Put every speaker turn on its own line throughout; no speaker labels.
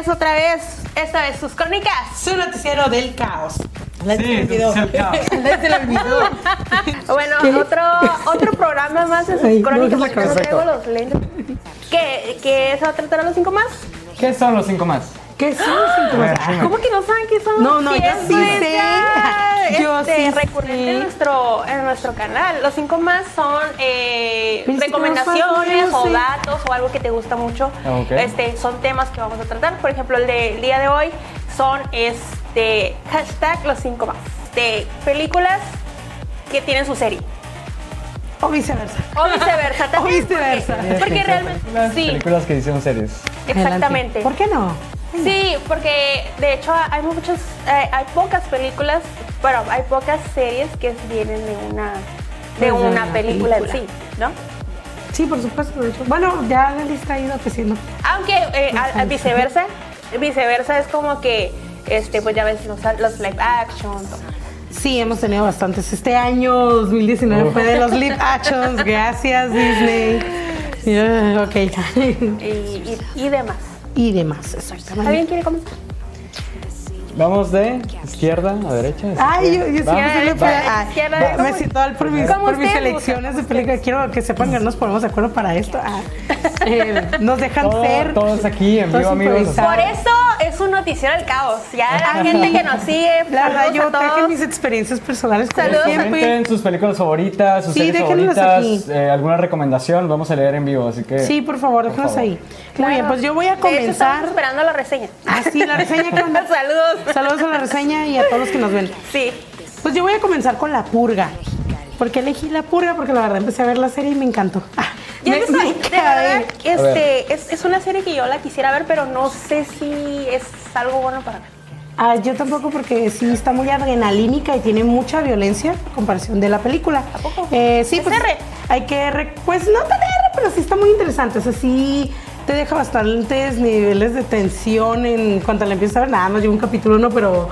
es otra vez, esta vez sus crónicas.
Su noticiero del caos. Les
Sí,
olvidó.
es el caos.
Les se le olvidó.
Bueno, otro, otro programa más de
Ay,
sus crónicas.
no,
porque
es la
no
cabeza.
traigo los lentes. ¿Qué, ¿Qué se va a tratar a los cinco más?
¿Qué son los cinco más?
¿Qué son los síntomas?
Ah,
¿Cómo que no saben qué son?
No, no,
Sí,
yo
eso
sí
es
sé.
ya,
Yo
este,
sí
recurrente
sé.
En, nuestro, en nuestro canal. Los cinco más son eh,
Pero es que no
recomendaciones
saben, yo
o
sé.
datos o algo que te gusta mucho.
Ok.
Este, son temas que vamos a tratar. Por ejemplo, el del día de hoy son este hashtag los cinco más de películas que tienen su serie.
O viceversa.
O viceversa también.
O viceversa.
Porque, porque realmente.
Las
Sí,
películas que hicieron series.
exactamente.
Adelante. ¿Por qué no?
Sí, porque de hecho hay muchas, eh, hay pocas películas, bueno, hay pocas series que vienen de una, de
Pues de
una
una
película, en sí,
película.
¿no?
Sí, por supuesto. de hecho. Bueno, ya la lista ha ido creciendo.
Aunque eh, a- a- viceversa, viceversa es como que, este, pues ya ves los, los live action,
Sí, hemos tenido bastantes. Este año 2019
Uf.
fue de los live actions. Gracias, Disney. Yeah, ok.
y, y, y demás.
y demás,
¿Alguien
exactamente.
quiere comentar?
Vamos de izquierda a derecha.
Ay, yo, yo
Va,
siempre se le
va,
fue.
va.
Ay,
Izquierda,
Me siento al por mis,
¿Cómo
por mis
ustedes
elecciones de
gustan?
película. Quiero que sepan que nos ponemos de acuerdo para esto. Ah, eh, nos dejan
Todo-
ser.
todos aquí en
todos
vivo, amigos.
improvisados.
Por eso es un noticiero del caos. Ya la gente que nos sigue,
La
saludos a
verdad, yo traje
todos.
mis experiencias personales. como
Saludos a
siempre.
Comenten sus películas favoritas, sus
Sí,
series
déjenlos
favoritas,
aquí.
eh, alguna recomendación, vamos a leer en vivo, así que...
Sí, por favor, déjanos
favor.
ahí. Muy bien, pues yo voy a
De hecho, estamos
comenzar.
esperando la reseña.
Ah, sí, la reseña que onda?
Saludos.
Saludos a la reseña y a todos los que nos ven.
Sí.
Pues yo voy a comenzar con La Purga. ¿Por qué elegí La Purga? Porque la verdad empecé a ver la serie y me encantó. Ah,
Yo
me-
no sé,
me
de
cae.
verdad, este, es, es una serie que yo la quisiera ver, pero no sé si es algo bueno para ver.
Ah, yo tampoco porque sí está muy adrenalínica y tiene mucha violencia en comparación de la película.
¿A poco?
Eh, sí,
¿Es
pues
R?
hay que re- pues no tan R, pero sí está muy interesante. O sea, sí te deja bastantes niveles de tensión en cuanto la empiezas a ver. Nada, más llevo un capítulo uno, pero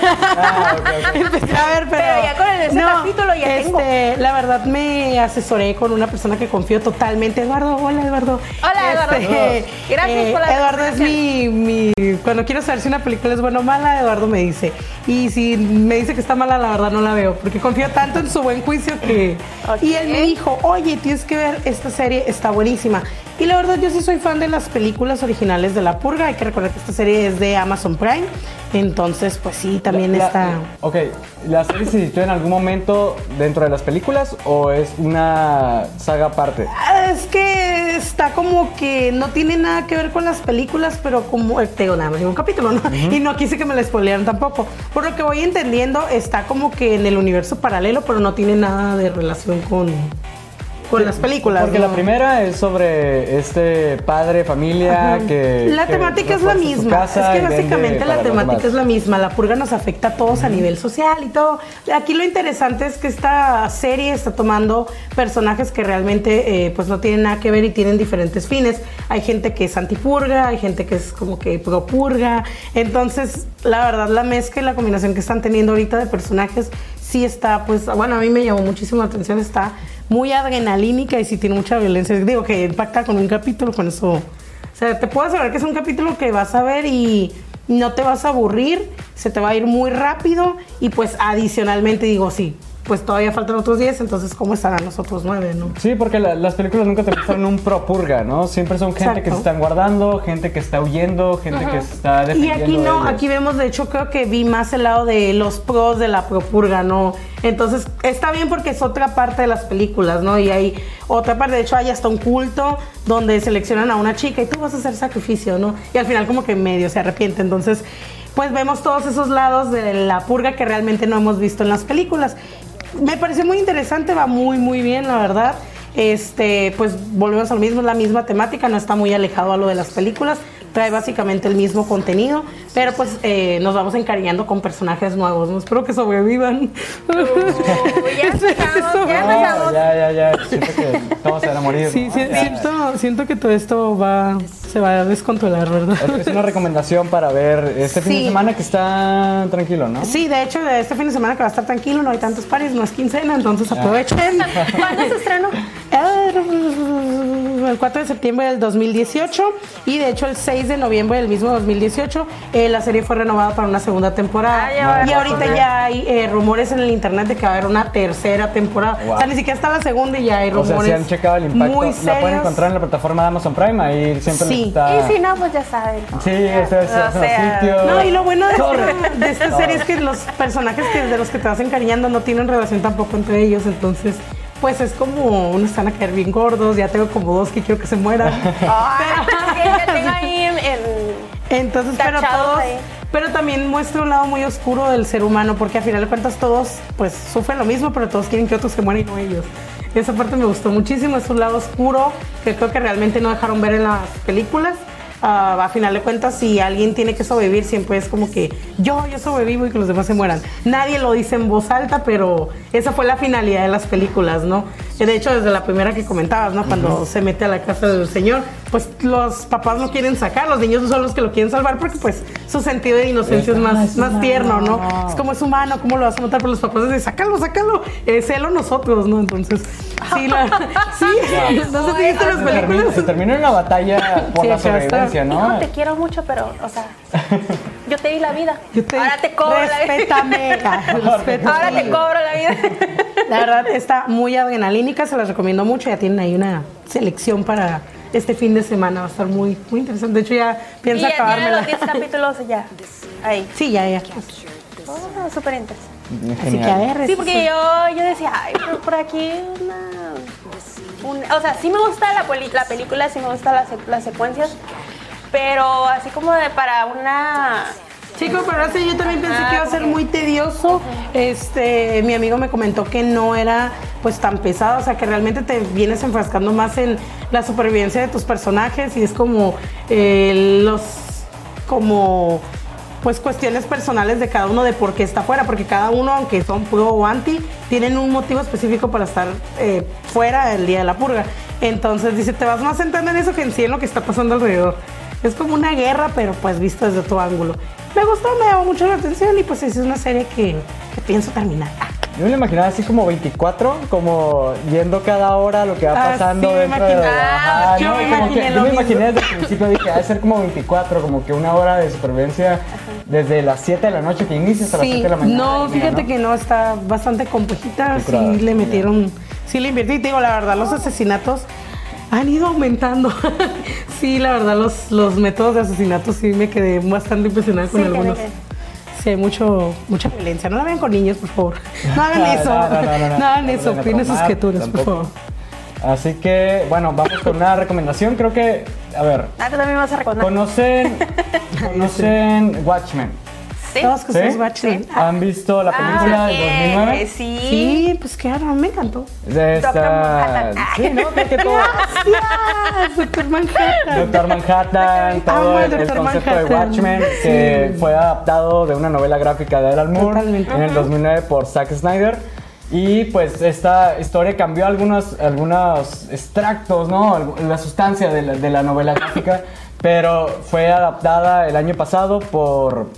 Ah, ok, ok.
empecé a ver, pero
Pero ya con el ese capítulo ya
este, La verdad me asesoré con una persona que confío totalmente, Eduardo. Hola, Eduardo. Este, eh,
Hola, Eduardo. Gracias por la
Eduardo es mi, mi- cuando quiero saber si una película es buena o mala, Eduardo me dice. Y si me dice que está mala, la verdad no la veo, porque confío tanto en su buen juicio que.
Ok.
Y él me dijo, oye, tienes que ver esta serie, está buenísima. Y la verdad yo sí soy fan de las películas originales de La Purga. Hay que recordar que esta serie es de Amazon Prime. Entonces, pues sí, también
La- la-
está.
Ok, ¿la serie se sitúa en algún momento dentro de las películas o es una saga aparte?
Ah, Es que está como que no tiene nada que ver con las películas, pero como eh, te digo, nada más llevo un capítulo, ¿no? Y no quise que me la spoilearan tampoco. Por lo que voy entendiendo, está como que en el universo paralelo, pero no tiene nada de relación con, con las películas.
Porque
¿no?
la primera es sobre este padre, familia,
Ajá.
que...
La
que
temática es la
refuerza su
misma. Es
casa
que
y vende
básicamente
para
la
los
temática
demás.
es la misma. La purga nos afecta a todos a nivel social y todo. Aquí lo interesante es que esta serie está tomando personajes que realmente eh, pues no tienen nada que ver y tienen diferentes fines. Hay gente que es antipurga, hay gente que es como que pro purga. Entonces, la verdad, la mezcla y la combinación que están teniendo ahorita de personajes sí está, pues, bueno, a mí me llamó muchísimo la atención. Está muy adrenalínica y sí tiene mucha violencia. Digo que impacta con un capítulo, con eso o sea, te puedo asegurar que es un capítulo que vas a ver y no te vas a aburrir, se te va a ir muy rápido y pues adicionalmente digo, sí, pues todavía faltan otros 10, entonces ¿cómo estarán los otros 9, no?
Sí, porque la- las películas nunca te muestran un pro purga, ¿no? Siempre son gente que
Exacto.
se están guardando, gente que está huyendo, gente que se está
Y
defendiendo.
aquí
de
no,
ellos.
aquí vemos, de hecho, creo que vi más el lado de los pros de la propurga, ¿no? Entonces, está bien porque es otra parte de las películas, ¿no? Y hay otra parte, de hecho, hay hasta un culto donde seleccionan a una chica y tú vas a hacer sacrificio, ¿no? Y al final como que medio se arrepiente, entonces, pues vemos todos esos lados de la purga que realmente no hemos visto en las películas. Me pareció muy interesante, va muy, muy bien, la verdad. Este, pues volvemos al mismo, es la misma temática, no está muy alejado a lo de las películas, trae básicamente el mismo contenido, pero pues eh, nos vamos encariñando con personajes nuevos, ¿no? Espero que sobrevivan.
Uy, Oh, ya
Espero que
empezamos, ya
No,
sobrevivan.
empezamos.
Ah, ya, ya, ya. Siento que todos se van a morir.
Sí,
¿no?
sí,
Ya.
siento, siento que todo esto va, se va a descontrolar, ¿verdad?
Es es una recomendación para ver este fin
Sí.
de semana que está tranquilo, ¿no?
Sí, de hecho, de este fin de semana que va a estar tranquilo, no hay tantos pares, no es quincena, entonces aprovechen.
¿Cuándo se estrenó?
Ah, el 4 de septiembre del 2018 y de hecho el 6 de noviembre del mismo 2018 eh, la serie fue renovada para una segunda temporada.
Ah, ya va a
y
haber
ahorita
otra.
ya hay eh, rumores en el internet de que va a haber una tercera temporada.
Wow.
O sea, ni siquiera está la segunda y ya hay
O
rumores.
sea, si han checado el impacto,
Muy
la
serios.
pueden encontrar en la plataforma de Amazon Prime, ahí siempre
Sí.
les está...
Y si no, pues ya saben.
Ah. Sí, ese es
O
otro
sea,
sitio.
No, y lo bueno de,
Corre.
esta- de esta serie es que los personajes que, de los que te vas encariñando no tienen relación tampoco entre ellos, entonces pues es como unos están a caer bien gordos, ya tengo como dos que quiero que se mueran.
Ah, sí, yo tengo ahí en- en
Entonces, pero
Tachados
todos,
ahí.
pero también muestra un lado muy oscuro del ser humano, porque al final de cuentas todos pues sufren lo mismo, pero todos quieren que otros se mueran y no ellos. Esa parte me gustó muchísimo, es un lado oscuro que creo que realmente no dejaron ver en las películas. Ah, a final de cuentas, si alguien tiene que sobrevivir, siempre es como que yo, yo sobrevivo y que los demás se mueran. Nadie lo dice en voz alta, pero esa fue la finalidad de las películas, ¿no? Que De hecho, desde la primera que comentabas, ¿no? Cuando se mete a la casa del señor, pues los papás no quieren sacar, los niños son los que lo quieren salvar porque pues su sentido de inocencia es más, más tierno, ¿no? Es como es humano, ¿cómo lo vas a matar? Pero los papás dicen, sácalo, sácalo, es él o nosotros, ¿no? Entonces, sí, la, sí, no sé si viste las
Se termina, se
películas.
termina una batalla por
Sí,
la
acá está.
sobrevivencia,
No,
¿no?
te quiero mucho, pero, o sea, yo te di la vida.
Yo te-
Ahora te cobro la
Respétame,
vida.
respétame.
Ahora te cobro la vida.
La verdad está muy adrenalínica, se las recomiendo mucho. Ya tienen ahí una selección para este fin de semana, va a estar muy, muy interesante. De hecho, ya
Y
pienso
ya tienen los 10
acabármela.
capítulos ya. Ahí.
Sí, ya, ya.
Oh, súper interesante.
Así ¿eh? que a
Mm, Genial.
ver.
Sí, porque yo, yo decía, ay, pero por aquí una, un- O sea, sí me gusta la, poli- la película, sí me gustan las, sec- las secuencias, pero así como de para una...
Chicos, pero ahora sí, yo también pensé que iba a ser muy tedioso. Este, mi amigo me comentó que no era pues tan pesado, o sea que realmente te vienes enfrascando más en la supervivencia de tus personajes y es como eh, los como pues cuestiones personales de cada uno de por qué está fuera, porque cada uno, aunque son pro o anti, tienen un motivo específico para estar eh, fuera el día de la purga. Entonces dice, te vas más centrando en eso que en sí en lo que está pasando alrededor. Es como una guerra, pero pues visto desde tu ángulo. Me gustó, me llamó mucho la atención y pues es una serie que, que pienso terminar.
Yo me lo imaginaba así como 24, como yendo cada hora lo que va
Ah,
pasando
sí, me
dentro de...
imaginé.
Ah,
yo me
como
imaginé
que-
lo
yo me
mismo.
imaginé desde el principio, dije, ha de ser como 24, como que una hora de supervivencia desde las 7 de la noche que inicia hasta las 7 de la mañana.
no,
Mira,
fíjate que no, está bastante complejita.
Qué
Sí
curada.
le metieron, sí le invirtí. Te digo, la verdad, los asesinatos han ido aumentando. sí, la verdad, los, los métodos de asesinatos sí me quedé bastante impresionada con
Sí, te
algunos.
dejé.
Sí, hay mucho, mucha violencia. No la vean con niños, por favor. No hagan
No,
eso.
no, no, no, no.
No hagan
No
eso.
vayan a
Cuiden sus
tomar,
criaturas, por
tampoco.
favor.
Así que, bueno, vamos con una recomendación. Creo que, a ver,
Ah, tú también me vas a recordar.
conocen, conocen Watchmen.
Sí.
Todos que
¿Sí?
ustedes watchen. Ah,
¿Han visto la película
Ah,
del
bien,
2009?
Sí.
Sí, pues claro, me encantó.
De
Doctor
esta...
Manhattan.
Sí, no, creo que todo...
Gracias, Doctor Manhattan.
Doctor Manhattan, todo
Amo a
el, el
Doctor
concepto de
Manhattan.
Watchmen que fue adaptado de una novela gráfica de Alan Moore
Totalmente.
en el 2009 por Zack Snyder. Y pues esta historia cambió algunos, algunos extractos, ¿no? Algu- La sustancia de la, de la novela gráfica, pero fue adaptada el año pasado por,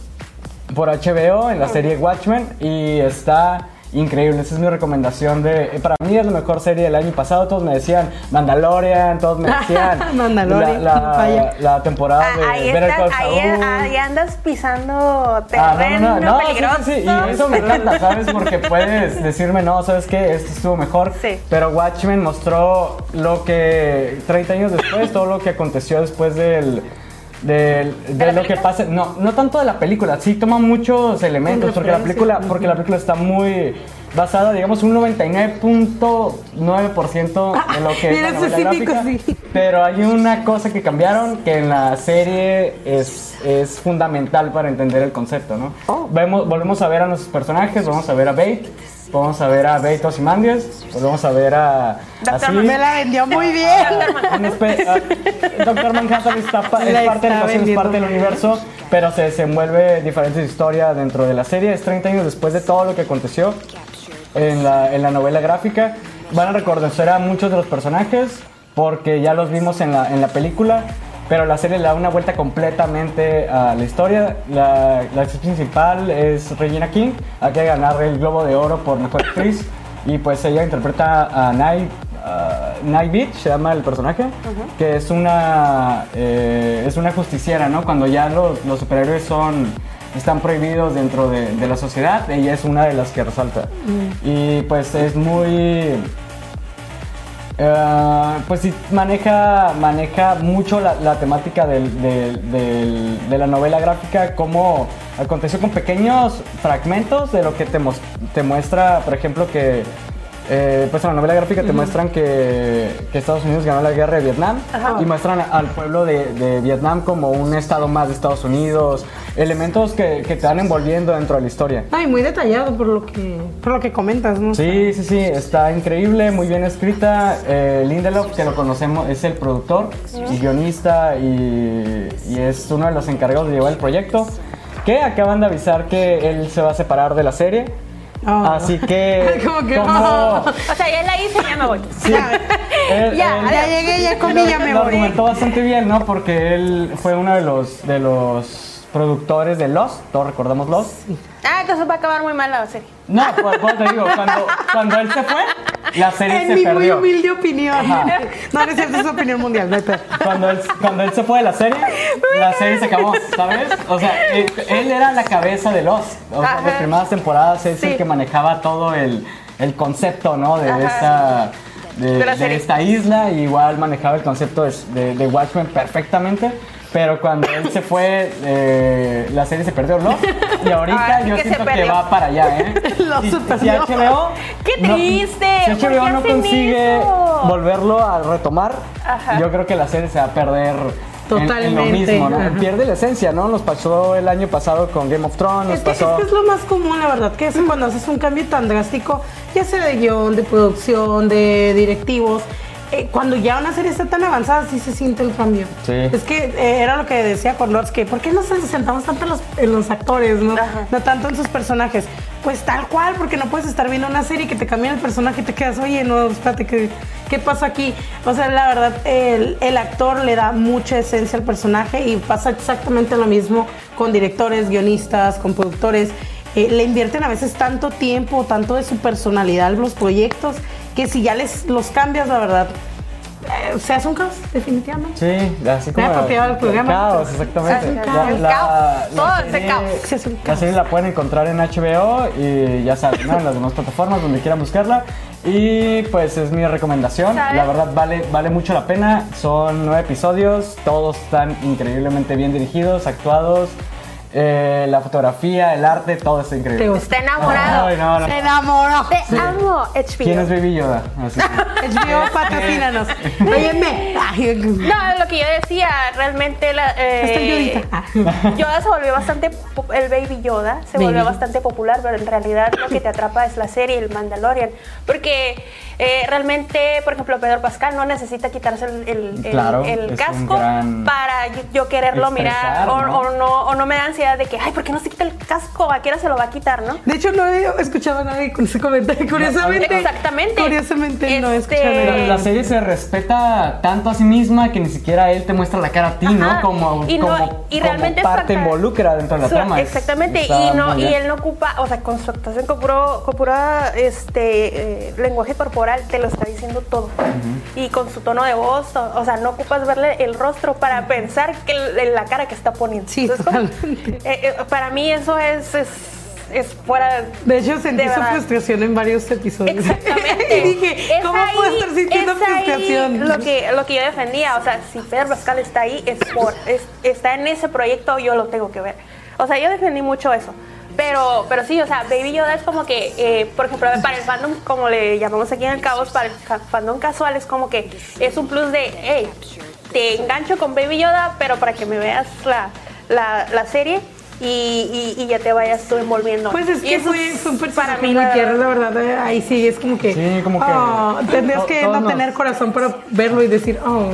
por HBO en la serie Watchmen y está increíble. Esa es mi recomendación de eh, para mí es la mejor serie del año pasado. Todos me decían Mandalorian, todos me decían
Mandalorian,
la,
no falla.
la, la temporada
Ah,
de
ahí,
Better Call
estás, ahí, ah,
Saul.
ahí andas pisando
uh. Ah,
terreno
sí,
peligroso.
sí, sí, y eso me encanta, ¿sabes? Porque puedes decirme, no, ¿sabes qué? Esto estuvo mejor.
Sí.
Pero Watchmen mostró lo que 30 años después, todo lo que aconteció después del... del- de
la
lo que
película?
pasa, no, no tanto de la película, sí toma muchos elementos, porque la
referencias,
película, porque la película está muy basada, digamos, un 99.9% de lo que es
Bien
la novela
específico,
gráfica.
sí.
Pero hay una cosa que cambiaron que en la serie es, es fundamental para entender el concepto, ¿no?
Oh.
Vemos, volvemos a ver a nuestros personajes, vamos a ver a Bait, vamos a ver a Bait Ozymandias, volvemos a ver a... a
Dr.
Sid,
Me la vendió muy bien.
un espe- a- Doctor Manhattan está pa- es
La
parte,
está
de la serie, es
vendiendo
parte del
muy
universo, pero se desenvuelve diferentes historias dentro de la serie. Es 30 años después de todo lo que aconteció en la, en la novela gráfica. Van a reconocer a muchos de los personajes porque ya los vimos en la, en la película. Pero la serie le da una vuelta completamente a la historia. La, la actriz principal es Regina King, a que ganar el Globo de Oro por Mejor Actriz. Y pues ella interpreta a Night, Night Beach, se llama el personaje, que es una, eh, es una justiciera, ¿no? Cuando ya los, los superhéroes son, están prohibidos dentro de, de la sociedad, ella es una de las que resalta. Y pues es muy... Eh, pues sí, maneja, maneja mucho la, la temática del- del- del- de la novela gráfica, cómo aconteció con pequeños fragmentos de lo que te, mos- te muestra, por ejemplo, que eh, pues en la novela gráfica te muestran que, que Estados Unidos ganó la guerra de Vietnam y muestran al pueblo de, de Vietnam como un estado más de Estados Unidos, elementos que, que te van envolviendo dentro de la historia.
Ay, muy detallado por lo que, por lo que comentas, ¿no?
Sí, sí, sí, está increíble, muy bien escrita. Eh, Lindelof, que lo conocemos, es el productor y guionista y, y es uno de los encargados de llevar el proyecto. Que acaban de avisar que él se va a separar de la serie.
Ah.
Así que.
Como que
como-
no.
O sea, ya la hice y ya me voy.
Sí, él-
Ya,
él-
ya llegué, ya comí, ya me
eh, lo
voy.
argumentó bastante bien, ¿no? Porque él fue uno de los, de los productores de Lost, todos recordamos Lost.
Ah, entonces va a acabar muy mal la serie.
No, por, por te digo, cuando, cuando él se fue, la serie
En
se
mi
perdió.
muy humilde opinión.
Ajá.
No, no es cierto, es opinión mundial, no hay pedo.
cuando él, cuando él se fue de la serie, la serie se acabó, ¿sabes? O sea, él, él era la cabeza de los. O sea, las
Ajá.
primeras temporadas es el
Sí.
que manejaba todo el, el concepto, ¿no? De
Ajá.
esta. De,
De la
de
serie.
esta isla, y igual manejaba el concepto de, de- de Watchmen perfectamente, pero cuando él se fue, eh, la serie se perdió, ¿no? Y ahorita
Ahora sí
yo
que se
siento que
perdió.
va para allá, ¿eh?
Lo
Si- si
superó.
HBO.
¡Qué
no-
triste! ¿Por
si
qué
HBO no
hacen
consigue
eso?
volverlo a retomar,
Ajá.
yo creo que la serie se va a perder en- En, lo
Totalmente,
mismo, ¿no?
ajá.
Pierde la esencia, ¿no? Nos pasó el año pasado con Game of Thrones, nos
Es que, es
pasó.
que es lo más común, la verdad, que es cuando haces un cambio tan drástico, ya sea de guión, de producción, de directivos, eh, cuando ya una serie está tan avanzada, sí se siente el cambio.
Sí.
Es que eh, era lo que decía Corlors, que ¿por qué nos sentamos tanto en los, en los actores, no?
Ajá.
No tanto en sus personajes. Pues tal cual, porque no puedes estar viendo una serie que te cambian el personaje y te quedas, oye, no, espérate, ¿qué, qué pasó aquí? O sea, la verdad, el, el actor le da mucha esencia al personaje y pasa exactamente lo mismo con directores, guionistas, con productores. Eh, le invierten a veces tanto tiempo, tanto de su personalidad a los proyectos, que si ya les los cambias, la verdad, eh, se hace un caos, definitivamente.
Sí, así como.
apropiado el programa.
Caos, exactamente.
El
Ya
caos. Todo es el
serie-
caos.
Se hace un caos.
La serie la pueden encontrar en HBO y ya saben, ¿no? En las demás plataformas donde quieran buscarla. Y pues es mi recomendación.
¿Sabes?
La verdad vale, vale mucho la pena. Son nueve episodios, todos están increíblemente bien dirigidos, actuados. Eh, la fotografía, el arte, todo está increíble.
Te gusta.
Está enamorado.
Ay, no, no.
Se
enamoró.
Te amo, HBO.
¿Quién es Baby Yoda? Así que-
HBO, patrocínanos. Óyeme. Ay,
No, lo que yo decía, realmente la,
Estoy
eh,
llorita.
Yoda se volvió bastante, po- el Baby Yoda se
Baby.
volvió bastante popular, pero en realidad lo que te atrapa es la serie, el Mandalorian, porque eh, realmente, por ejemplo, Pedro Pascal no necesita quitarse el, el- el-
Claro,
el
es un
casco
gran
para yo- yo quererlo mirar,
expresar,
o
¿no?
o no, o no me da ansiedad de que, ay, ¿por qué no se quita el casco? ¿A qué hora se lo va a quitar, no?
De hecho, no he escuchado a nadie con ese comentario. Curiosamente.
Exactamente.
Curiosamente, no he
Este-
escuchado a nadie.
Pero la serie se respeta tanto a sí misma que ni siquiera él te muestra la cara a ti,
Ajá,
¿no? Como,
y no-
como-
y
como
realmente
parte
saca-
involucra dentro de la
Su-
trama. Es-
Exactamente,
está
y no
muy
y
bien.
él no ocupa, o sea, con su actuación, con puro, con pura, este, eh, lenguaje corporal, te lo está diciendo todo. Y con su tono de voz, o, o sea, no ocupas verle el rostro para pensar que el- en la cara que está poniendo.
Sí,
Entonces, como-
totalmente.
eh, eh, para mí eso es, es, es fuera...
De hecho, sentí
De
su
verdad.
frustración en varios episodios.
Exactamente.
y dije,
Es
¿cómo
ahí-
puedo estar sintiendo
es ahí
frustración?
Lo que, lo que yo defendía, o sea, si Pedro Pascal está ahí, es por, es- está en ese proyecto, yo lo tengo que ver. O sea, yo defendí mucho eso. Pero, pero sí, o sea, Baby Yoda es como que, eh, por ejemplo, para el fandom, como le llamamos aquí en el Cabos, para el ca- fandom casual es como que es un plus de, hey, te engancho con Baby Yoda, pero para que me veas la, la, la serie y, y- y ya te vayas tú envolviendo.
Pues es
Y
que
eso
fue, fue un
para
personaje
mí,
muy
la
tierno,
verdad.
la verdad. eh, Ahí sí, es como que.
Sí, como que-
"Oh", tendrías
to-
que
todos
no
nos-
tener corazón para verlo y decir, oh.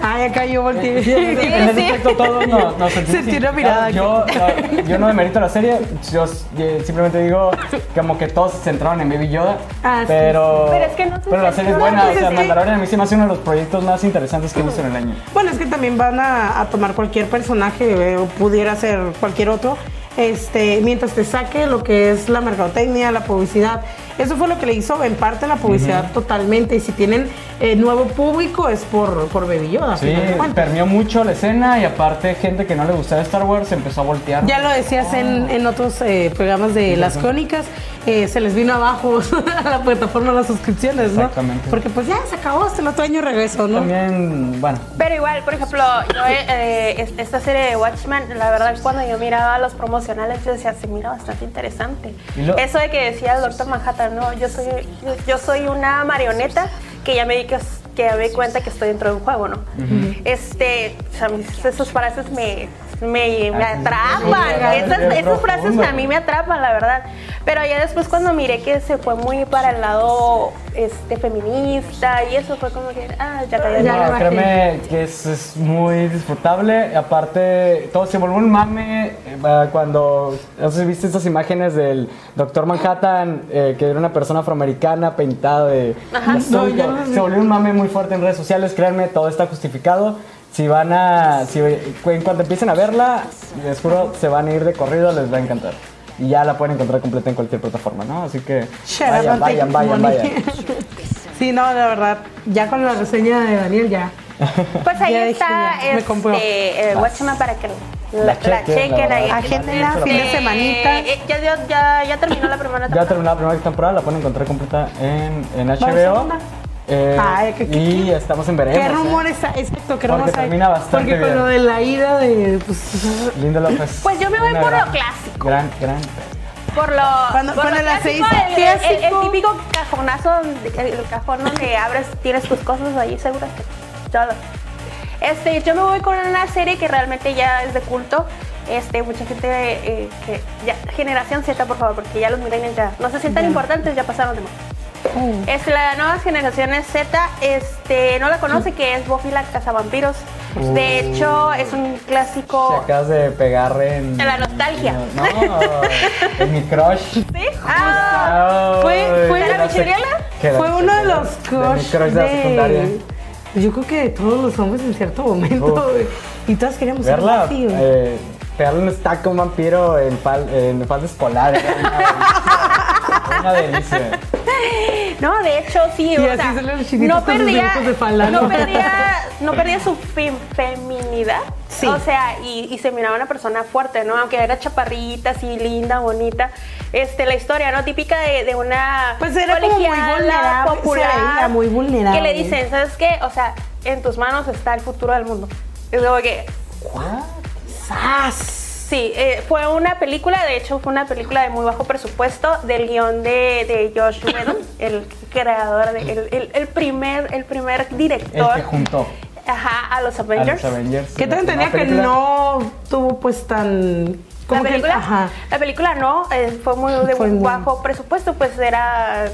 Ay, acá yo volteé.
Sí, en ese
Sí.
aspecto todos nos, nos sentimos
Sentí una
identificados.
mirada
Yo, yo- yo no demerito la serie, yo s- eh, simplemente digo como que todos se centraron en Baby Yoda.
Ah, sí,
pero,
sí. Pero es que no se
pero la serie es
centró.
buena,
Pues
o sea,
es que-
Mandalorian a mí se me hace uno de los proyectos más interesantes que he visto en el año.
Bueno, es que también van a, a tomar cualquier personaje, eh, o pudiera ser cualquier otro, este, mientras te saque lo que es la mercadotecnia, la publicidad. Eso fue lo que le hizo en parte la publicidad totalmente. Y si tienen eh, nuevo público es por, por Baby Yoda. al
Sí,
final de cuentas.
permeó mucho la escena y aparte gente que no le gustaba Star Wars empezó a voltear.
Ya lo decías en, en otros eh, programas de las crónicas, eh, se les vino abajo a la plataforma las suscripciones, ¿no?
Exactamente.
Porque pues ya se acabó, hasta el otro año regreso, ¿no?
También, bueno,
Pero igual, por ejemplo, yo, eh, eh, esta serie de Watchmen, la verdad, cuando yo miraba los promocionales, yo decía, se mira bastante interesante.
Y lo-
Eso de que decía el doctor Manhattan, no, yo soy, yo, yo soy una marioneta que ya me di que, que ya me di cuenta que estoy dentro de un juego, ¿no? Este, o sea, mis- esas frases me, me, me
Ah, sí,
atrapan.
sí, sí,
Esas,
sí, sí,
esas frases
profundo.
a mí me atrapan, la verdad. Pero ya después cuando miré que se fue muy para el lado este, feminista y eso fue como que, ah, ya caí de
Ya
nuevo.
le
no,
bajé.
créeme que es, es muy disfrutable. Aparte, todo se volvió un mame eh, ah, cuando, no sé si viste estas imágenes del Doctor Manhattan, eh, que era una persona afroamericana pintada de...
Ajá.
de azul.
No, ya no lo vi.
se volvió un mame muy fuerte en redes sociales, créanme, todo está justificado. Si van a, si, en cuanto empiecen a verla, les juro, se van a ir de corrido, les va a encantar. Y ya la pueden encontrar completa en cualquier plataforma, ¿no? Así que
Shut up
vayan,
and take
vayan, vayan,
money.
vayan.
sí, no, la verdad, ya con la reseña de Daniel ya.
Pues ahí
Ya dije,
está
ya, me compro.
este, eh, Watchmen para que la,
La
la
chequen,
chequen
la
ahí.
verdad.
Agéndenla,
Este,
fin de
Eh,
semanita.
eh, ya, ya, ya, ya terminó la primera
Ya
temporada.
terminó la primera temporada, la pueden encontrar completa en, en HBO.
segunda?
Eh,
Ay, qué- qué-
y estamos en veremos.
¿Qué
¿eh?
rumores hay? Exacto, ¿qué
Porque
rumores hay?
termina bastante
Porque
bien.
con lo de la ida de... Pues,
¿eh? Linda López.
Pues yo me voy
una
por lo
gran-
clásico.
Gran, gran.
Por lo,
Cuando-
por
cuando
lo
la
clásico,
seis-
el, el- el- el
clásico.
típico cajonazo, donde- el, el cajón donde abres, tienes tus cosas ahí seguras. que ya lo- Este, yo me voy con una serie que realmente ya es de culto. Este, mucha gente eh, que ya, generación Z, por favor, porque ya los millennials ya no se sientan importantes, ya pasaron de moda.
Mm.
Es la nueva generación Z, este, no la
Mm.
conoce, que es Buffy la Cazavampiros.
Oh.
De hecho, es un
Te
clásico.
acabas de pegar
En
en.
Oh. la nostalgia.
No, en mi crush.
¿Sí? Ah,
Fue- fue-
Ay,
¿La
no sé-
Michuriela?
que la
Fue uno de
Michuriela,
los
de mi
crush Pues
crush de la secundaria.
Yo creo que de todos los hombres en cierto momento.
Uf.
güey. Y todas queríamos ser
Verla,
así, güey.
eh, pegarle un stack a un vampiro en, fal, en falda escolar. era Una delicia. Una delicia.
No, de hecho, sí.
Y
o
así
sea,
salen los chiquitos
no
con sus
perdía,
dibujos de falda,
no
¿no?
perdía, no perdía su fem- feminidad.
Sí.
O sea, y, y se miraba una persona fuerte, ¿no? Aunque era chaparrita, así linda, bonita. Este, la historia, ¿no? Típica de, de una
Pues era como muy
colegiala,
vulnerable, se veía muy vulnerable.
Que le dicen, ¿sabes qué? O sea, en tus manos está el futuro del mundo. Es como que,
¡Sas!
Sí, eh, fue una película, de hecho fue una película de muy bajo presupuesto del guión de, de Josh Whedon, el creador, de, el, el- el primer, el primer
El
director
que juntó
ajá, a los
a
Avengers.
los Avengers.
¿Qué tal
La
tenía que
película.
no tuvo pues tan.
La
como que-
película,
ajá.
la película no, eh, fue muy de
Fue
muy
muy-
bajo presupuesto, pues era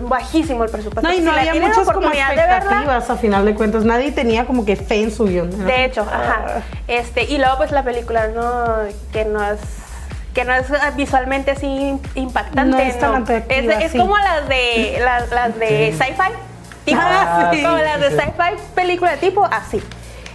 bajísimo el presupuesto.
No, y
Pues Si
no
la
había
tienen
muchas como
oportunidad de verla,
expectativas a final de cuentas. Nadie tenía como que fe en su guión. ¿no?
De hecho,
Ah.
ajá. Este, y luego pues la película no que no es que no es ah, visualmente así impactante.
No es tan atractiva,
Es, es
sí.
como las de las, las de sci-fi. Tipo,
Ah, sí.
Como las de
Sí, sí.
sci-fi película tipo así.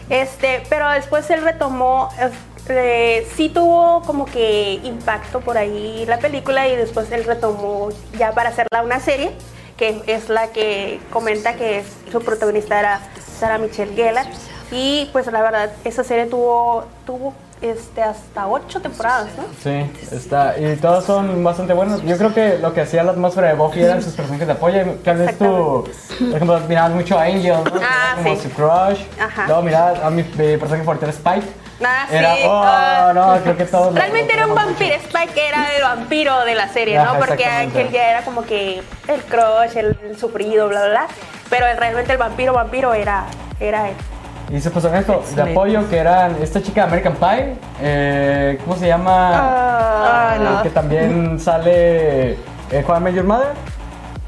Este, pero después él retomó es- eh, sí tuvo como que impacto por ahí la película y después él retomó ya para hacerla una serie que es la que comenta que es- su protagonista era Sara Michelle Gellar y pues la verdad esa serie tuvo tuvo este hasta ocho temporadas, ¿no?
Sí, está. Y todos son bastante buenos. Yo creo que lo que hacía la atmósfera de Buffy eran sus personajes de apoyo. Tal vez tú, por ejemplo, mirabas mucho a Angel, ¿no?
Ah,
como
sí.
su crush.
Ajá.
Luego mirabas a mi, mi personaje favorito era Spike.
Ah, sí,
era,
ah.
oh, no, creo que todos. lo-
Realmente
lo
era un
queremos mucho.
vampiro, Spike era el vampiro de la serie,
Ajá,
¿no? Porque
exactamente.
aquel ya era como que el crush, el, el sufrido, bla, bla, bla. Pero el- realmente el vampiro, vampiro era, era él.
Y sus personajes de
Excelente.
apoyo que eran esta chica de American Pie, eh, ¿cómo se llama?
Ah,
Que también sale eh, Juan Mayor Mother,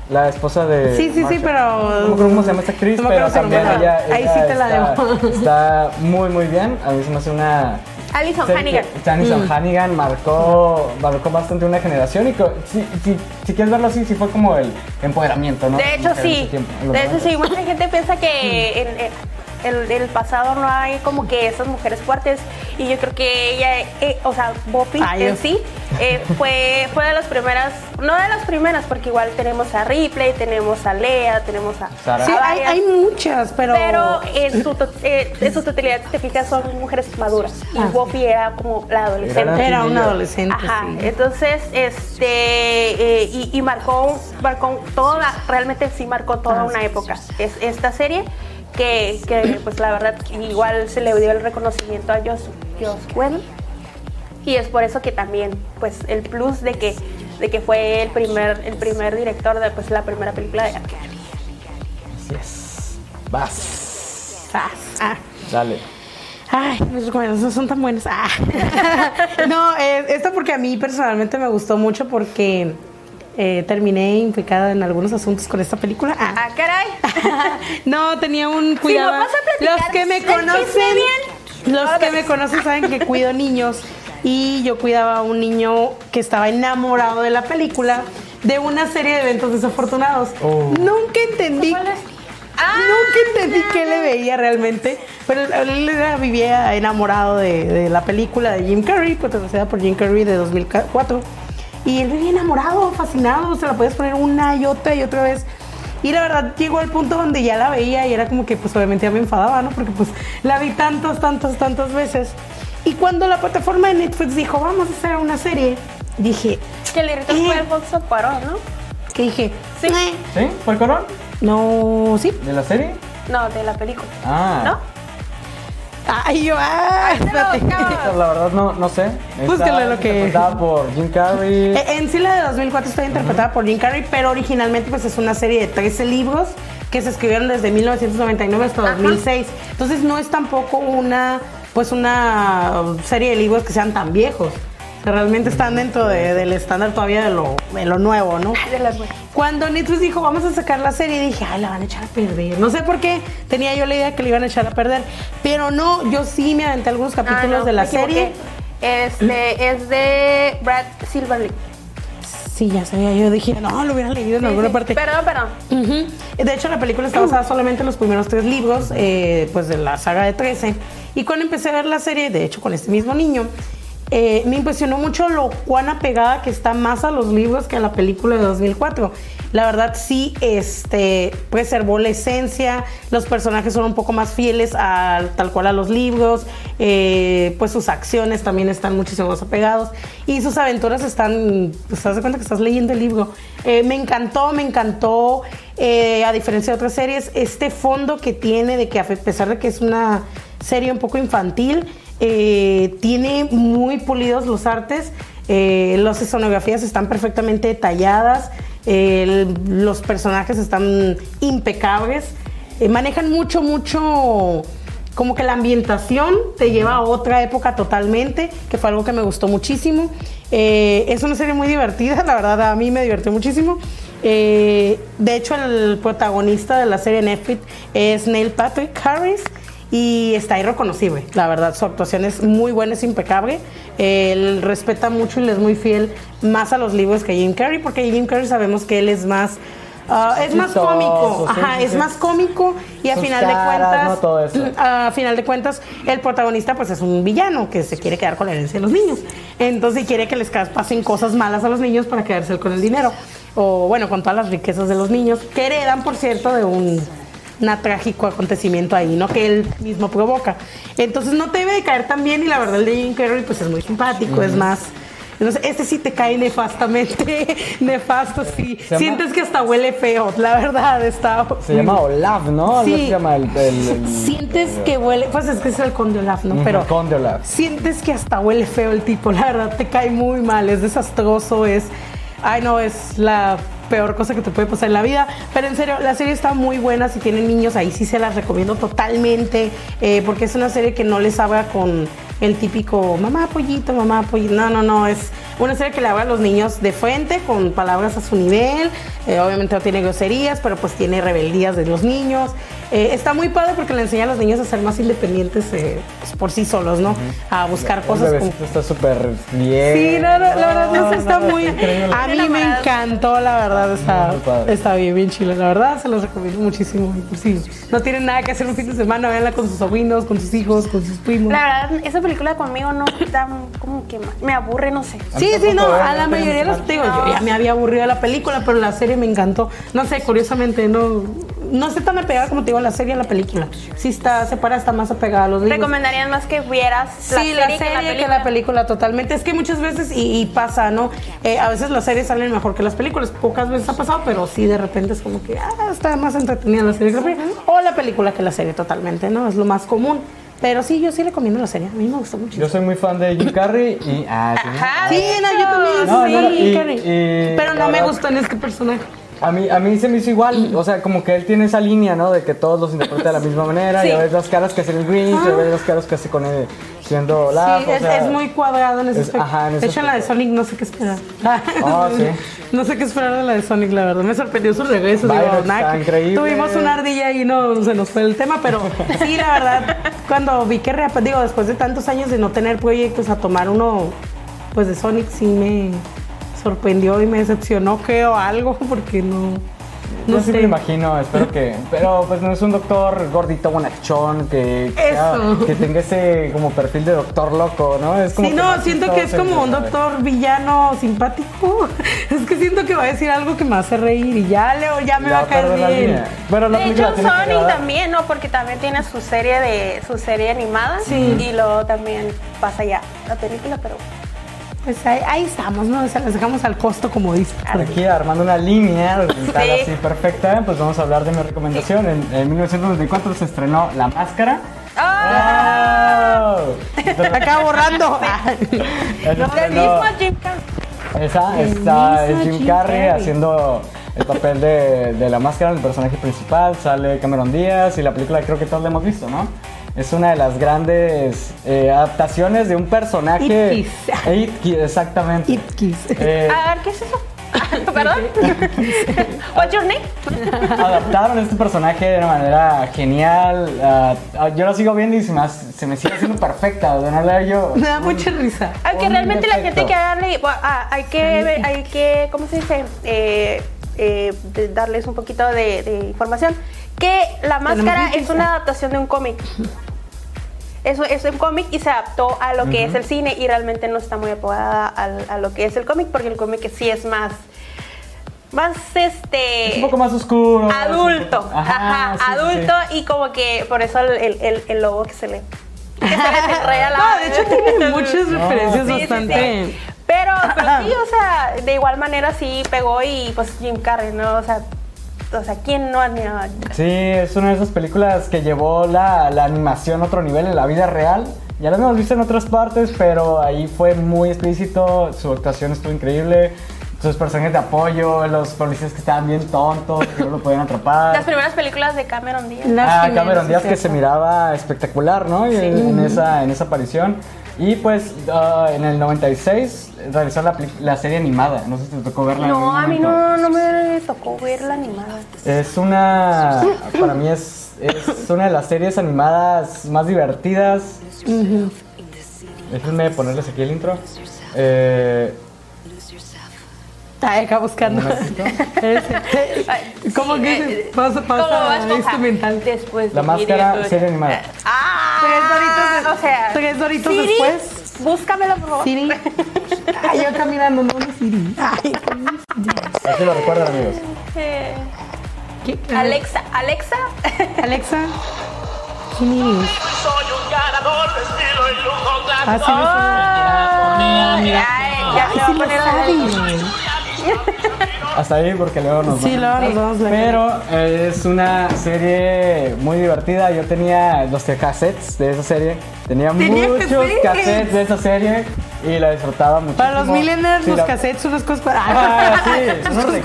la esposa de.
Sí, sí, sí,
Marshall.
pero-
No me acuerdo cómo se llama esta actriz,
No me
pero
acuerdo su
también
nombre.
ella.
Ahí
ella
sí te la
está,
debo.
está muy, muy bien. A mí se me hace una.
Alison
serie
Hannigan.
que- Alison
Mm.
Hannigan marcó, marcó bastante una generación. Y co- si, si, si quieres verlo así, sí fue como el empoderamiento, ¿no?
De hecho,
Mujer en
sí.
su tiempo, en los
de hecho,
noventas.
sí. Mucha gente piensa que en- en- el, el pasado no hay como que esas mujeres fuertes y yo creo que ella, eh, o sea, Buffy
Ay,
en
Dios.
sí eh, fue, fue de las primeras, no de las primeras porque igual tenemos a Ripley, tenemos a Lea, tenemos a...
Sara.
a
Sí, hay,
varias,
hay muchas, pero.
pero en su, to- eh, en su totalidad, si te fijas, son mujeres maduras. Y
Ah.
Buffy era como la adolescente.
la
Era un
chiquilla.
adolescente.
Ajá,
sí.
entonces, este, eh, y, y marcó, marcó toda, la- realmente sí marcó toda una época. Es esta serie que, que, pues la verdad, igual se le dio el reconocimiento a Joss, Joss Whedon. Y es por eso que también, pues, el plus de que, de que fue el primer, el primer director de pues, la primera película de
Así es. Vas.
Ah, ah.
Dale.
Ay, mis recomendaciones no son tan buenas. Ah. no, eh, esto porque a mí personalmente me gustó mucho porque eh, terminé implicada en algunos asuntos con esta película. Ah.
Ah, caray.
no, tenía un cuidado.
vas a platicar
los que me
del chisme
conocen,
bien,
los
ahora
que me conocen saben que cuido niños y yo cuidaba a un niño que estaba enamorado de la película de una serie de eventos desafortunados.
Oh.
Nunca entendí.
¿Cuál es? Ah,
Nunca entendí qué le veía realmente, pero él era- vivía enamorado de, de la película de Jim Carrey, protagonizada por Jim Carrey de 2004. Y él vivía enamorado, fascinado, se la podías poner una y otra y otra vez. Y la verdad llegó al punto donde ya la veía y era como que pues obviamente ya me enfadaba, ¿no? Porque pues la vi tantas, tantas, tantas veces. Y cuando la plataforma de Netflix dijo, vamos a hacer una serie, dije,
que el director
Eh.
fue Alfonso Cuarón, ¿no?
que dije,
Sí.
"Eh,
¿Sí? ¿Fue el corón?
no, sí,
¿De la serie?
No, de la película.
Ah.
¿No?
ay, yo, ah,
te lo
espérate".
buscaba.
Pues La verdad no, no sé.
Búsquenle
Está
lo que-
interpretada por Jim Carrey.
Eh, En sí la de 2004 está interpretada por Jim Carrey, pero originalmente pues es una serie de 13 libros que se escribieron desde 1999 hasta 2006. Entonces no es tampoco una pues una serie de libros que sean tan viejos. O sea, realmente están dentro de- del estándar todavía de lo, de lo nuevo, ¿no?
De las buenas.
Cuando Netflix dijo, vamos a sacar la serie, dije, ay, la van a echar a perder. No sé por qué tenía yo la idea que la iban a echar a perder, pero no, yo sí me aventé algunos
Ah,
capítulos
no,
de la
me equivoqué.
serie.
Este es de Brad Silverly.
Sí, ya sabía, yo dije, no, lo hubiera leído en alguna parte.
Perdón, perdón.
Ujú. De hecho, la película está basada solamente en los primeros tres libros, eh, pues de la saga de 13. Y cuando empecé a ver la serie, de hecho, con este mismo niño, eh, me impresionó mucho lo cuán apegada que está más a los libros que a la película de 2004. La verdad, sí, este, preservó la esencia, los personajes son un poco más fieles a, tal cual a los libros, eh, pues sus acciones también están muchísimo más apegados y sus aventuras están, pues te das cuenta que estás leyendo el libro. Eh, me encantó, me encantó, eh, a diferencia de otras series, este fondo que tiene de que a pesar de que es una serie un poco infantil, eh, tiene muy pulidos los artes, eh, las escenografías están perfectamente detalladas, el- los personajes están impecables, eh, manejan mucho, mucho como que la ambientación te lleva a otra época totalmente, que fue algo que me gustó muchísimo. Eh, es una serie muy divertida, la verdad a mí me divirtió muchísimo. Eh, de hecho, el protagonista de la serie Netflix es Neil Patrick Harris y está irreconocible, la verdad. Su actuación es muy buena, es impecable. Él respeta mucho y le es muy fiel más a los libros que Jim Carrey, porque Jim Carrey sabemos que él es más... ah, es más
Chistoso,
cómico,
sí,
ajá,
sí,
es
sí.
más cómico y a
Sus
final de
caras,
cuentas,
¿no? Todo eso.
a final de cuentas, el protagonista pues es un villano que se quiere quedar con la herencia de los niños. Entonces quiere que les cas- pasen cosas malas a los niños para quedarse con el dinero. O bueno, con todas las riquezas de los niños, que heredan, por cierto, de un una trágico acontecimiento ahí, ¿no? Que él mismo provoca. Entonces no te debe de caer tan bien y la verdad el de Jim Carrey pues es muy simpático, es más... Entonces, este sí te cae nefastamente, nefasto, sí.
llama-
Sientes que hasta huele feo, la verdad, está...
Se llama Olaf, ¿no? Algo así se llama el. el- el-
Sientes que huele, pues es que es el conde Olaf, ¿no?
Ujú,
Pero
Conde Olaf.
sientes que hasta huele feo el tipo, la verdad te cae muy mal, es desastroso, es ay no, es la peor cosa que te puede pasar en la vida, pero en serio, la serie está muy buena, si tienen niños ahí sí se las recomiendo totalmente, eh, porque es una serie que no les habla con el típico mamá pollito, mamá pollito, no, no, no, es Una serie que le habla a los niños de frente, con palabras a su nivel. Eh, obviamente no tiene groserías, pero pues tiene rebeldías de los niños. Eh, está muy padre porque le enseña a los niños a ser más independientes eh, pues, por sí solos, ¿no? A buscar cosas
El
como...
bebecito está súper bien.
Sí, no, no, la verdad,
No,
eso está
no,
muy.
increíble.
A mí me encantó, la verdad,
Muy
está,
padre.
está bien, bien chila. La verdad, se los recomiendo muchísimo. Por si no tienen nada que hacer un fin de semana, véanla con sus sobrinos, con sus hijos, con sus primos.
La verdad, esa película conmigo no está como que ma- me aburre, no sé.
A mí
Sí, sí,
tampoco,
no, a
¿eh? No
la
tenemos
mayoría de los
nada.
digo, yo ya me había aburrido de la película, pero la serie me encantó. No sé, curiosamente, no, no sé tan apegada como te digo a la serie a la película. Sí está separada, está más apegada a los libros.
Recomendarían más que vieras
Sí, la serie, que la película totalmente. Es que muchas veces, y, y pasa, ¿no? Eh, a veces las series salen mejor que las películas. Pocas veces ha pasado, pero sí de repente es como que ah, está más entretenida la serie que la película. O la película que la serie totalmente, ¿no? Es lo más común. Pero sí, yo sí recomiendo la serie. A mí me gustó mucho.
Yo soy muy fan de Jim Carrey y. Ah, sí, ¿no?
Ajá.
Sí, no, eh, yo también
No,
sí,
no, y-
Karen.
y-
Pero
la
no me
verdad-
gustó en este personaje.
A mí, a mí se me hizo igual, o sea, como que él tiene esa línea, ¿no? De que todos los interpreta de la misma manera, y a veces las caras que hace el Grinch, y a veces las caras que hace con él siendo Olaf,
sí,
o
es,
sea,
es muy cuadrado en ese
es-
aspecto.
ajá, en ese
de hecho, en la de
aspecto.
Sonic no sé qué esperar.
Ah, sí.
No sé qué esperar de la de Sonic, la verdad. Me sorprendió su regreso.
Byron
digo,
está
nah,
increíble.
Tuvimos una ardilla y no se nos fue el tema, pero sí, la verdad, cuando vi que reapareció, digo, después de tantos años de no tener proyectos a tomar uno, pues de Sonic sí me sorprendió y me decepcionó, creo, algo, porque no... No
yo sí
sé.
me lo imagino, espero que. Pero pues no es un doctor gordito, bonachón, que, que,
Eso.
sea- que tenga ese como perfil de doctor loco, ¿no? Es como
Sí,
que
no,
más
siento que es
chistoso,
como un
¿sabes?
doctor villano simpático. Es que siento que va a decir algo que me hace reír y ya, Leo, ya me
Ya
va a caer
perdió la
bien.
línea. Bueno, la
De
película
hecho,
tiene que
Sonic
quedar-
también, ¿no? Porque también tiene su serie de su serie animada y luego también pasa ya la película, pero
Pues ahí, ahí estamos, ¿no? O sea, las dejamos al costo, como dice.
Aquí armando una línea horizontal
Sí.
así perfecta, pues vamos a hablar de mi recomendación. En, en 1994 se estrenó La Máscara.
Ah,
Ah,
¡Oh!
Acá borrando.
Se
del
estrenó-
mismo Jim Carrey.
Esa está
mismo
es Jim
Jim
Carrey
Carrey.
haciendo el papel de, de la máscara, el personaje principal, sale Cameron Díaz y la película creo que todos la hemos visto, ¿no? Es una de las grandes eh, adaptaciones de un personaje.
It Kiss.
Eh, It Kiss, exactamente.
Ipkis.
Eh,
A ver, ¿qué es eso? ¿Perdón? ¿What's your name?
adaptaron este personaje de una manera genial. ah, ah, yo la sigo viendo y se me, hace- se me sigue haciendo perfecta. o sea, no le hallo-
Me da mucha risa.
Aunque
Un
realmente la
defecto.
gente que darle, ah, hay que, ver- hay que, ¿cómo se dice? Eh, eh, de- darles un poquito de, de información. Que la máscara
que
es una adaptación de un cómic. Es, es un cómic y se adaptó a lo que es el cine y realmente no está muy apodada al- a, lo que es el cómic porque el cómic sí es más, más este...
Es un poco más oscuro. es un poco-
Adulto, ajá,
sí, sí, sí.
adulto y como que por eso el, el, el- el lobo que se le... que se le enreda la-
No, de hecho tiene muchas
No,
referencias
Sí, sí,
bastante.
sí. Pero, pero sí, o sea, de igual manera sí pegó y pues Jim Carrey, ¿no? O sea, o sea ¿quién no admiraba a Jim Carrey?
Sí, es una de esas películas que llevó la, la animación a otro nivel en la vida real. Ya lo hemos visto en otras partes, pero ahí fue muy explícito. Su actuación estuvo increíble. Sus personajes de apoyo, los policías que estaban bien tontos, que no lo podían atrapar.
Las primeras películas de Cameron Díaz.
Las
Ah,
primeras,
Cameron Díaz
sí,
que
cierto.
se miraba espectacular, ¿no? Y En, esa, en esa aparición. Y pues ah, en el 96 realizó la, peli- la serie animada. No sé si te tocó verla. en
No,
algún
a mí no, no
momento.
me tocó ver la animada.
Es una. Para mí es, es una de las series animadas más divertidas. Déjenme ponerles aquí el intro. Eh,
Está acá buscando. eh,
Un momentito.
¿Cómo que
eh,
se- pasa, pasa
Esponja.
instrumental?
Después
la
de
máscara,
Iria
serie animada.
Ah,
Tres doritos de-
o sea,
tres doritos
Siri,
después.
Búscamelo, por favor.
Siri. Ay, yo caminando, no, no, Siri. Ay,
Así lo recuerdan, amigos.
Eh,
¿qué?
Alexa, Alexa.
Alexa.
Ah,
¿Quién es?
Soy un ganador, estilo y lujo
Ah, sí, me
Ah, ya, ya se va a poner la de-
Hasta ahí porque luego nos
Sí,
van a
luego nos
matar.
vamos a la
Pero eh, es una serie muy divertida. Yo tenía los cassettes de esa serie. Tenía,
Tenía
muchos
cassettes.
cassettes de esa serie y la disfrutaba muchísimo.
Para los millennials,
Sí,
los
la-
cassettes, unos cosas
Ah, sí,
unos
unos cuadraditos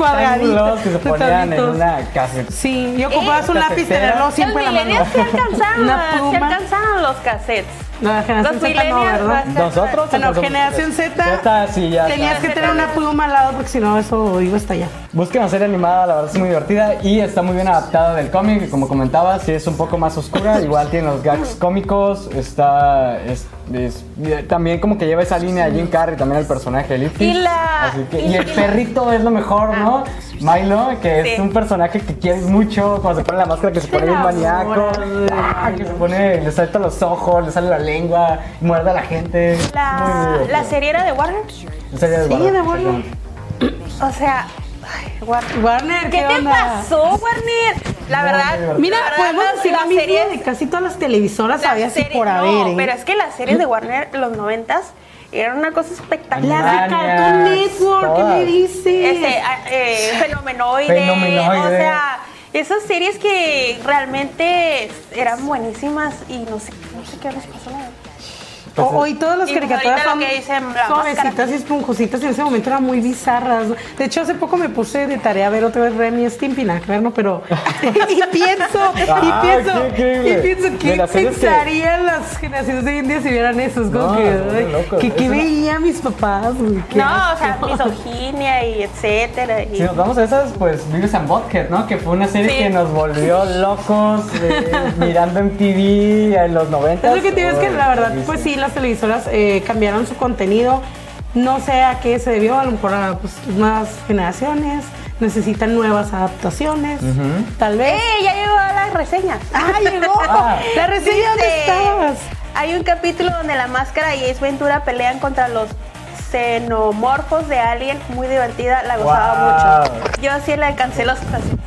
cuadraditos.
que se ponían en
rectangulitos.
una cassette.
Sí, y ocupabas
Eh,
un lápiz,
cafetera.
tenerlo
Los
siempre en la mano.
millennials se alcanzaban,
Una
se
pluma.
alcanzaban los cassettes.
La generación
Los
Z no,
millennials
¿verdad?
va
Nosotros.
Bueno,
somos-
generación Z.
Z, sí, ya.
Tenías que
está.
tener una pluma al lado porque si no eso iba hasta allá.
Busquen la serie animada, la verdad es muy divertida y está muy bien adaptada del cómic, y como comentaba, sí es un poco más oscura, igual tiene los gags cómicos, está... es- es- también como que lleva esa línea de Jim Carrey, también el personaje de Lipsy.
Y la-
Así que-
y-
y el
y la- Ah.
perrito es lo mejor, ¿no? Milo, que es
Sí.
un personaje que quieres mucho, cuando se pone la máscara que se pone bien maníaco, ah, que se pone, le salta los ojos, le sale la lengua, muerde a la gente. Muy
La,
divertido.
la serie era de Warner.
La serie de
Sí,
Warner,
de Warner.
exactamente.
O sea, ay, Warner.
Warner, ¿qué,
¿Qué te
onda?
pasó, Warner? La verdad,
Mira,
la verdad,
podemos
las-
decir la
las
misma
series-
de casi todas las televisoras había
las
así
series-
por haber,
no,
¿eh?
pero es que las series de Warner, los noventas, eran una cosa espectacular.
Las de Cartoon
Animaniacs,
Network, ¿qué me
todas.
dices?
este, a- eh, fenomenoide,
Fenomenoide.
o sea, esas series que realmente eran buenísimas y no sé, no sé qué les pasó. la verdad.
Pues,
O- hoy todas las
y
caricaturas
ahorita
son
lo que dicen, la
suavecitas
máscara.
y esponjositas y en ese momento eran muy bizarras. De hecho, hace poco me puse de tarea a ver otra vez Remy y Stimpy, nada que ver, ¿no? Pero... y pienso, y
Ah,
pienso,
qué increíble.
y pienso,
De
¿qué
las series que-
pensarían las generaciones de hoy en día si vieran eso? Es como
No,
que,
son
ay,
locos.
¿qué,
Es
qué
una-
veía mis papás? güey? Qué
No, o sea,
asco.
misoginia y etcétera. y-
Si nos vamos a esas, pues Vives and Butthead, ¿no? Que fue una serie
Sí.
que nos volvió locos eh, mirando en TV en los 90.
Es lo que tienes que, la verdad, pues sí, las televisoras eh, cambiaron su contenido. No sé a qué se debió, a lo mejor a pues, nuevas generaciones, necesitan nuevas adaptaciones, tal vez.
¡Ey! Eh, Ya llegó a las reseñas.
¡Ah, llegó!
Ah.
¡La reseña dónde
Dice,
estabas!
Hay un capítulo donde la máscara y Ace Ventura pelean contra los xenomorfos de Alien. Muy divertida, la gozaba
Wow.
mucho. Yo sí la cancelo.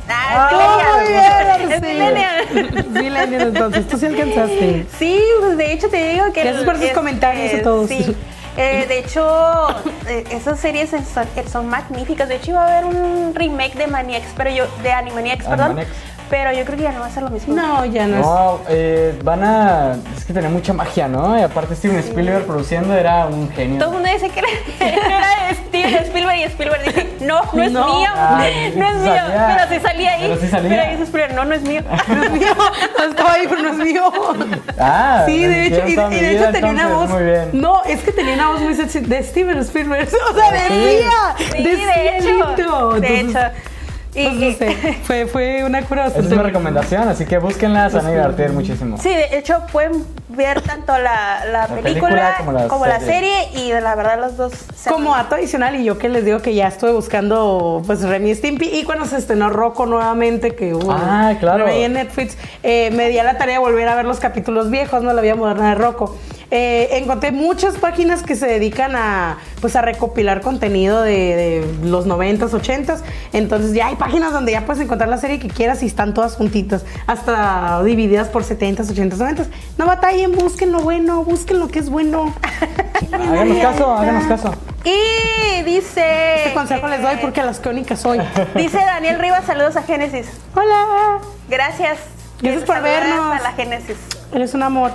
Ah, muy
¡Ah, es millennial. Es millennial.
Sí, Millennial, entonces, tú sí alcanzaste.
Sí, pues de hecho te digo que...
Gracias por sus
es-
comentarios a todos.
Sí. Eh, de hecho, eh, esas series son, eh, son magníficas. De hecho, iba a haber un remake de Maniacs, pero yo, de Animaniacs, perdón.
Animaniacs.
Pero yo creo que ya no va a ser lo mismo.
No, ya no, es.
No, eh, van a. Es que tenía mucha magia, ¿no? Y aparte, Steven Spielberg produciendo era un
Todo el
genio.
mundo dice que era, era de Steven Spielberg y Spielberg dice, no, no es
No.
mío,
Ay,
no es mío,
salía.
pero sí salía ahí.
Pero sí salía.
Pero dice Spielberg, no, no es mío.
No es mío, no estaba ahí, pero no es mío.
Ah,
Sí, de hecho,
hicieron
y,
toda
y
mi
de hecho
vida,
tenía una voz.
entonces, Muy bien.
No, es que tenía una voz muy sexy de Steven Spielberg. O sea, de
Sí.
día.
Sí, de hecho. De hecho. Y-
pues, no sé, fue, fue una cura
Esa
bastante.
es mi recomendación, así que búsquenla, se van a divertir muchísimo.
Sí, de hecho pueden ver tanto la, la película,
película como la
serie. y la verdad los dos se
Como acto adicional, y yo que les digo que ya estuve buscando pues Remy y Stimpy, y cuando se estrenó Rocco nuevamente, que hubo
Ah, claro.
veía en Netflix, eh, me di a la tarea de volver a ver los capítulos viejos, no la vida moderna de Rocco. Eh, encontré muchas páginas que se dedican a pues a recopilar contenido de, de los 90s, 80s. Entonces ya hay páginas donde ya puedes encontrar la serie que quieras y están todas juntitas, hasta divididas por 70s, 80s, 90s. No batallen, busquen lo bueno, busquen lo que es bueno.
Háganos caso, háganos caso.
Y dice...
Este consejo les doy
eh,
porque a las crónicas soy.
Dice Daniel Rivas, saludos a Génesis.
Hola,
Gracias.
Gracias por
Saludos
vernos.
A la Génesis.
eres un amor.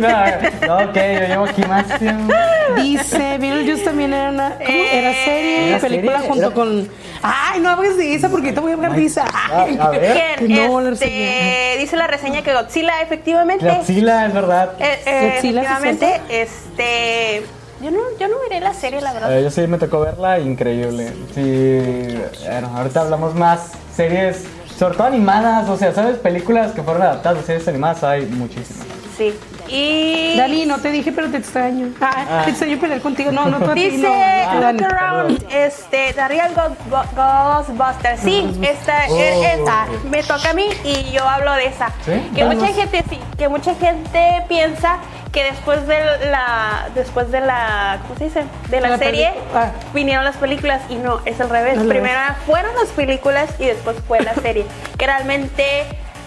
no, ok, yo llevo aquí más tiempo.
Dice, Beetlejuice también era una ¿cómo?
Eh,
era serie,
era
película
serie,
junto
era-
con Ay, no hables de esa porque te voy a hablar de esa. Ay.
a ver.
Bien,
¿Eh? No, la reseña.
este, dice la reseña que Godzilla efectivamente
Godzilla, es verdad.
Eh, eh,
Godzilla, ¿sí es
efectivamente, este. Yo no, yo no veré la serie, la verdad.
Eh, yo sí me tocó verla, increíble. Sí, bueno, ahorita hablamos más series, sobre todo animadas, o sea, ¿sabes? Películas que fueron adaptadas de series animadas hay muchísimas.
Sí. Y.
Dani, no te dije, pero te extraño. Ah, te extraño pelear contigo. No, no tú a ti,
Dice
no, no, Dani.
Look Around, este, The Real Go- Go- Ghostbusters. Sí, esta,
Oh.
e- esa, me toca a mí y yo hablo de esa.
¿Sí?
Que
Vamos.
mucha gente, sí, que mucha gente piensa que después de la, después de la, ¿cómo se dice? De la,
La
serie,
pelicu- ah.
vinieron las películas y no, es al revés.
Al revés.
Primero fueron las películas y después fue la serie. que realmente,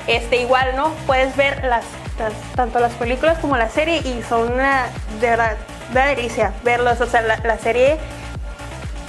este, igual, ¿no? Puedes ver las, las- tanto las películas como la serie y son una, de verdad, una delicia verlos. O sea, la, la serie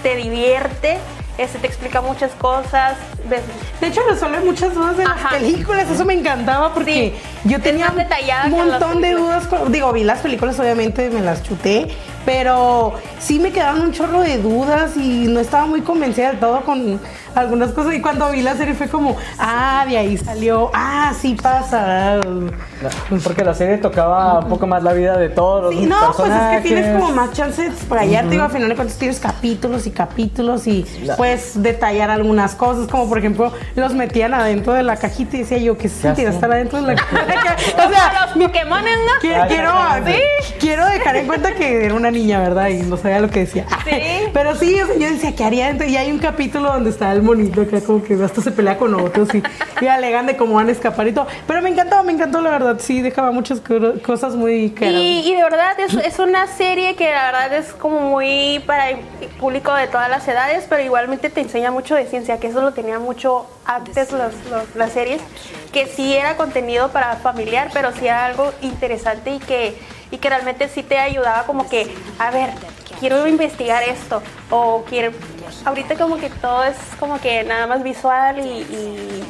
te divierte, este, te explica muchas cosas. ves-
De hecho, resuelve muchas dudas de
Ajá.
las películas. Eso me encantaba porque yo tenía
más detallada
un
que las
montón de
películas.
dudas. con- Digo, vi las películas, obviamente me las chuté, pero sí me quedaban un chorro de dudas y no estaba muy convencida del todo con algunas cosas. Y cuando vi la serie fue como, ah, de ahí salió, ah, ah, sí pasa.
La- Porque la serie tocaba un poco más la vida de todos los
Sí, no, pues es que
personajes.
tienes como más chances para allá, te digo, al final de cuentas tienes capítulos y capítulos y
La-
puedes detallar algunas cosas, como por ejemplo, los metían adentro de la cajita y decía yo, que sí,
Ya sé.
tiene estar adentro de la cajita.
O sea, los Pokémon, ¿no?
Quiero,
Ay,
quiero,
ay, ay.
quiero dejar en cuenta que era una niña, ¿verdad? Y no sabía lo que decía.
Sí.
Pero sí, o sea, yo decía, ¿qué haría dentro? Y hay un capítulo donde está el monito acá, como que hasta se pelea con otros y, y alegan de cómo van a escapar y todo. Pero me encantó, me encantó, la verdad. Sí, dejaba muchas cro- cosas muy caras.
Y, y de verdad es, es una serie que la verdad es como muy para el público de todas las edades, pero igualmente te enseña mucho de ciencia, que eso lo tenían mucho antes los- los- las series, que sí era contenido para familiar, pero sí era algo interesante y que, y que realmente sí te ayudaba como que, a ver, quiero investigar esto, o quiero, ahorita como que todo es como que nada más visual y- y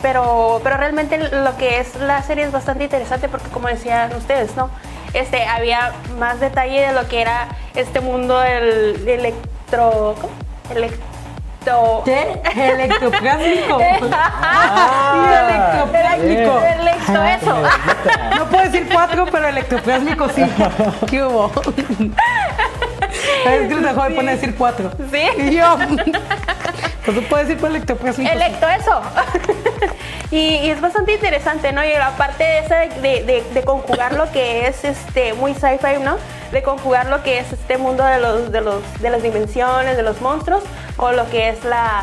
pero, pero realmente lo que es la serie es bastante interesante porque como decían ustedes, ¿no? Este, había más detalle de lo que era este mundo del del electro... ¿cómo? Electro...
¿Qué? Electroplásmico.
Ah,
Sí, electroplásmico.
Electro,
Ah,
Ah, electro, eso.
pues,
No puedo decir cuatro, pero electroplásmico sí. ¿Qué hubo? Es que nos dejó de poner a decir cuatro.
Sí.
Y yo. Pues no puedo decir por electroplásmico.
Electo eso. y, y es bastante interesante, ¿no? Y aparte de esa de, de- de conjugar lo que es este muy sci-fi, ¿no? De conjugar lo que es este mundo de los, de los, de las dimensiones, de los monstruos, o lo que es la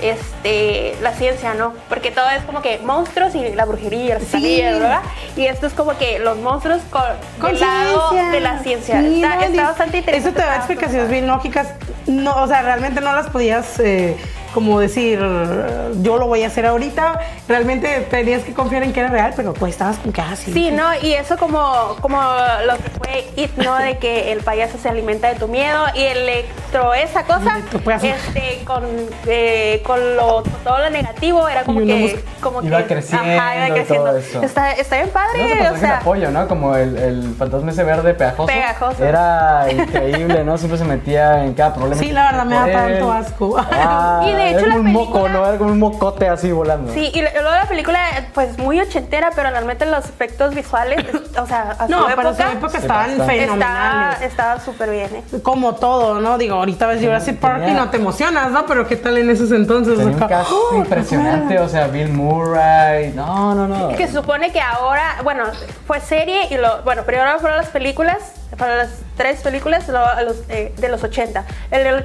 este la ciencia, ¿no? Porque todo es como que monstruos y la brujería, la
Sí.
satanía, ¿verdad? Y esto es como que los monstruos con, del lado
ciencia.
de la ciencia.
Sí,
está,
no,
está
Liz,
bastante interesante.
Eso te da
está
explicaciones bien lógicas. No, o sea, realmente no las podías eh, como decir, eh, yo lo voy a hacer ahorita. Realmente tenías que confiar en que era real, pero pues estabas con que así.
Sí, ¿no? Y eso como, como lo que fue It, ¿no? De que el payaso se alimenta de tu miedo y electro esa cosa,
Electroplasma.
este, con, eh, con lo, todo lo negativo, era como
Y una
que,
música.
como
Iba
que,
creciendo
ajá,
y
iba
todo
creciendo.
eso.
Está, está bien
No
padre,
se
o sea,
apoyo, ¿no? Como el, el fantasma ese verde pegajoso.
Pegajoso.
Era increíble, ¿no? Siempre se metía en cada problema.
Sí, la verdad, me da
Por él.
tanto asco.
Ah,
Y de hecho,
era como
la
un moco,
película-
¿no? Era como un mocote así volando.
sí, y lo- luego la película, pues muy ochentera, pero realmente los efectos visuales, es- o sea, a su
No,
época,
para su época estaban
bastante.
está-
fenomenales.
estaba súper bien, ¿eh?
como todo, ¿no? Digo, ahorita ves Jurassic Park y
tenía-
no te emocionas, ¿no? Pero ¿qué tal en esos entonces?
Tenía un
Acá,
cast
¡oh!
impresionante, o sea, Bill Murray. No, no, no.
Que se supone que ahora, bueno, fue serie y lo, bueno, primero fueron las películas, para las tres películas luego los, eh, de los 80. El del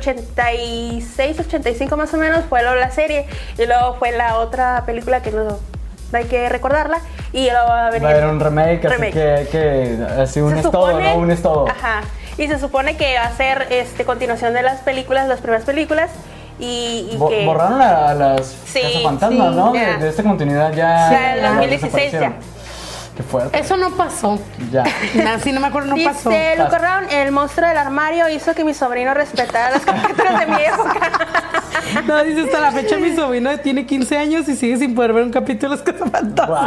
86, 85 más o menos fue luego la serie y luego fue la otra película que no, no hay que recordarla y luego va a venir.
Va a haber un remake,
Remake.
así que, que así un
Se
es todo,
supone-
¿no? Un es todo.
Ajá. Y se supone que va a ser este, continuación de las películas, las primeras películas y, y
Bo-
que...
borraron a, a las
Sí,
fantasmas,
sí,
¿no?
ya.
De, de esta continuidad ya.
Sí, en el
ya
2016 ya.
desaparecieron. Qué fuerte.
Eso no pasó.
Ya.
Nah, sí, no me acuerdo, no pasó.
Dice Luca Brown, el monstruo del armario hizo que mi sobrino respetara las caricaturas de mi época.
No, dice hasta la fecha mi sobrino tiene 15 años y sigue sin poder ver un capítulo de Cazafantasmas.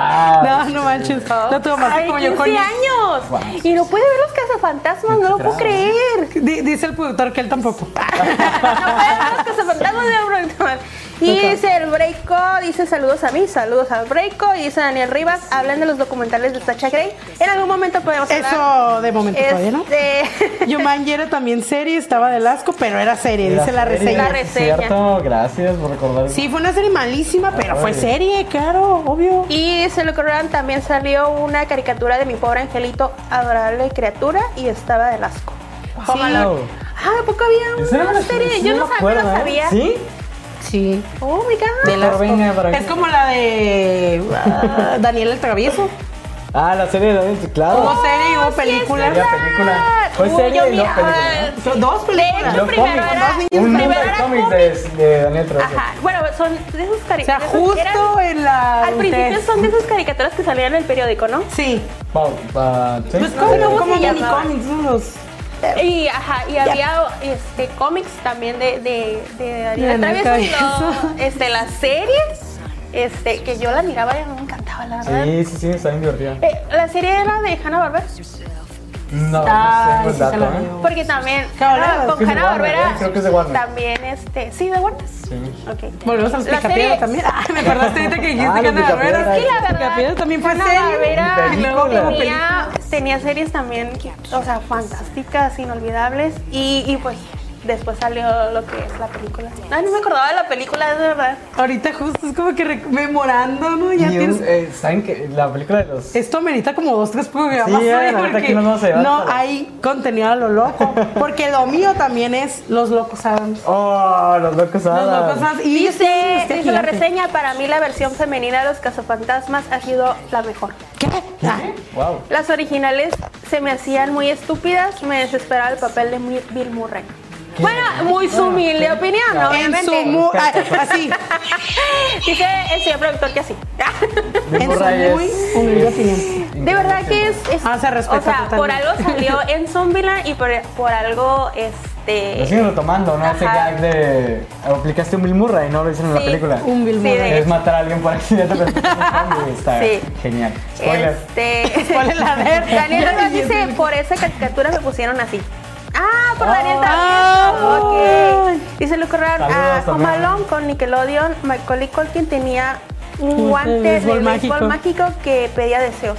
Guau.
No, no manches. No tuvo más
Ah. Ay,
como yo con
15 años.
Wow.
Y no puede ver los cazafantasmas, no lo puedo
Claro.
creer.
Di- Dice el productor que él tampoco.
No puede ver los cazafantasmas de Bruno. Y dice el Breiko, dice saludos a mí, saludos al Breiko. Y dice Daniel Rivas, hablan de los documentales de Sacha Grey. En algún momento podemos hablar.
Eso de momento todavía, ¿no?
Este,
Yumanji era también serie, estaba de asco, pero era serie,
Era
dice la
serie,
reseña.
La re- reseña.
Cierto, gracias por recordar.
Sí, fue una serie malísima, pero fue
Ay.
serie, claro, obvio.
Y dice Luca Brown, también salió una caricatura de mi pobre angelito, adorable criatura, y estaba de asco. Como la-
Wow.
Ah, ¿a poco había
¿En serio?
una serie? Yo no,
me
sabía,
acuerdo,
no
¿eh?
sabía.
¿Sí?
Sí.
Oh my god.
Del asco.
Venga, para
Es
aquí.
como la de ah, Daniel el Travieso.
Ah, la serie de Daniel,
Hubo
claro.
serie y hubo
Sería
película.
película. Fue
Uy,
serie
yo
y no
vi-
película.
ah,
Son Dos
De
películas.
hecho,
Los
primero
cómics,
era,
los niños
Un mundo
primero
de
era
cómics
cómics.
de, de Daniel Trejo.
ah, Ajá. Bueno, son de esas
O sea,
caricaturas.
justo en la.
Al principio
UTES.
son de esas caricaturas que salían en el periódico, ¿no?
Sí.
Pa- pa- ah, ¿sí? Eh,
Pues
sé
como,
cómo
como
se
mini
llamaba.
cómics, unos.
Y, ajá, y había este, cómics también de, de, de
Ya,
Daniela
no
Travieso y
cabeza.
luego, este, las series este, que yo la miraba y me encantaba, la verdad.
Sí, sí, sí, está bien divertida.
Eh, la serie era de Hanna Barber.
No,
Ay,
no
sí
tengo
se la
el dato, ¿eh?
veo.
Porque también
Hanna-Barbera,
ah, con
es
que es de
Hanna Barbera
Warner, ¿eh? Creo que es de Warner.
también este, sí de Warner.
Sí.
Okay.
Volvemos a los
La
picapiedra
serie-
también. Ay, me acordaste ahorita que dijiste
Ah,
que
los
Ana Barbera.
Picapiedra.
Sí, la verdad.
Picapiedra también fue serie.
Hanna-Barbera
Y película.
tenía, tenía series también, o sea, fantásticas, inolvidables. Y, y pues después salió lo que es la película. Ay, no me acordaba de la película, es verdad.
Ahorita justo es como que rememorando, ¿no? Ya
Y
tienes...
un- eh, ¿Saben que La película de los...
Esto amerita como dos, tres programas.
Sí, eh,
¿eh?
la neta
porque
aquí nos vamos a llevar
no
hasta la-
hay contenido a lo loco. Porque lo mío también es Los Locos Adams.
Oh, los locos
Los
Adams.
Locos Adams. Y
Dice,
este
dice la
gigante.
reseña, para mí la versión femenina de los cazafantasmas ha sido la mejor.
¿Qué? Ah,
Wow.
Las originales se me hacían muy estúpidas, me desesperaba el papel de Mu- Bill Murray. Bueno, muy su humilde opinión, ¿no?
en su
obviamente.
mu- ah, así.
Dice el señor productor que así.
Bill
En su
Murray es-
muy humilde opinión.
De verdad que es. es-
Ah, se respeta
O sea, por
totalmente.
algo salió en Zombieland y por, por algo,
Lo
este.
siguen retomando, ¿no? Ese
Ajá.
gag de... Aplicaste un Bill Murray, ¿no? Lo hicieron en la
Sí,
película.
un Bill
Sí,
Murray.
de
Que es
hecho.
matar a alguien por accidente. pero es un zombie. Está
Sí.
genial. Spoiler.
Este.
Spoiler alert.
Daniel Rojas dice: Por esa caricatura me pusieron así. Ah, por Daniel
Ah.
también. Ok. Dice Luke Rar,
Saludos
ah, Home
también.
Alone con Nickelodeon, Macaulay Culkin tenía un
Un
guante de
béisbol
béisbol mágico. que pedía deseos.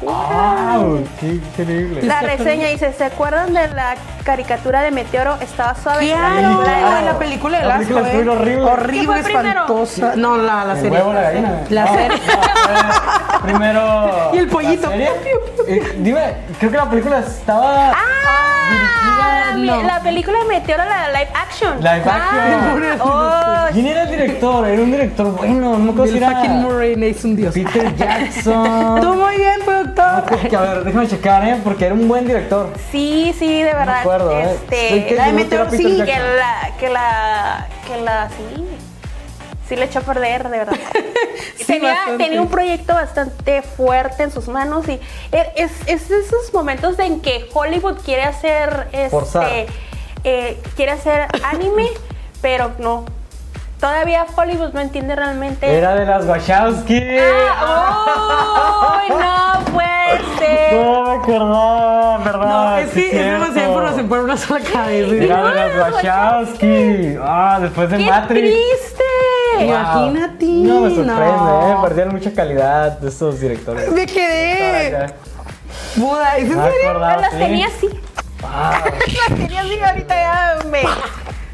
¡Wow! ¡Qué increíble!
La reseña dice, ¿se acuerdan de la caricatura de Meteoro? Estaba suave.
Claro,
La de-
Claro.
la película del
La
asco,
película
¿eh?
estuvo horrible.
¿Qué fue primero?
espantosa. No, la, la
El
serie.
huevo, la gallina. Ah.
La
No,
serie.
no, eh, primero.
Y el pollito.
¿la serie? Eh, dime, creo que la película estaba.
Ah,
Dirigida,
la,
no.
la película de Meteoro, la live action.
Live action.
Ah, oh,
¿Quién era el director? Era un director bueno, no me acuerdo si
Bill
era.
fucking Murray es un dios.
Peter
Tú
Jackson.
muy bien,
No,
productor.
porque, a ver, déjame checar, ¿eh? Porque era un buen director.
sí, sí, de verdad.
acuerdo, ¿eh? Soy
este,
que
la de
no
Meteoro,
era Peter
sí, que
Jackson.
la, que la, que la, sí. Sí le echó a perder, de verdad.
Sí,
tenía,
bastante.
tenía un proyecto bastante fuerte en sus manos y e- es, es de esos momentos en que Hollywood quiere hacer
Forzar.
este eh, quiere hacer anime, pero no. Todavía Hollywood no entiende realmente.
Era de las Wachowski.
Ah, uy, Eh, no puede ser.
No me acordaba, ¿verdad?
No, es
ah, Sí,
que es demasiada
cierto.
información por em- una sola cabeza.
Era de las Wachowski. Ah, después de
¡Qué
Matrix.
triste!
Wow.
Imagínate,
No me sorprende,
no.
eh. Perdieron mucha calidad de estos directores.
Me quedé.
Ahora
Buda, ¿es en
ya. Me
serio?
acordaba,
las
sí.
tenía así. las tenía así, ahorita ya me.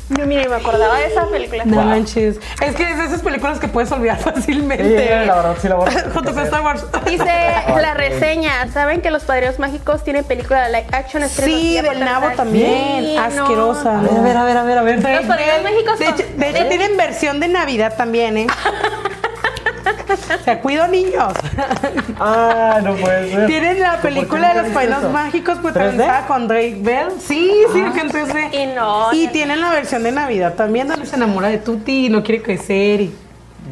No, mire, me acordaba de esa película.
No manches. Es que es de esas películas que puedes olvidar fácilmente.
Sí, la verdad sí la voy a
Junto con Star Wars.
Dice
Ah,
la reseña, ¿saben que los Padrinos Mágicos tienen película de live action? estrenos
Sí,
día por
del
semana?
nabo también.
Sí, no.
Asquerosa.
A ver, a ver, a ver, a ver, a ver.
Los Padrinos Mágicos
De
son-
hecho, de hecho, tienen versión de Navidad también, ¿eh? O sea, cuido niños.
Ah, no puede ser.
Tienen la película de los Padrinos Mágicos protagonizada con Drake Bell. Sí, sí, que entonces.
Ah, Y no,
Y
no.
tienen la versión de Navidad también, donde se enamora de Tuti y no quiere crecer. Y...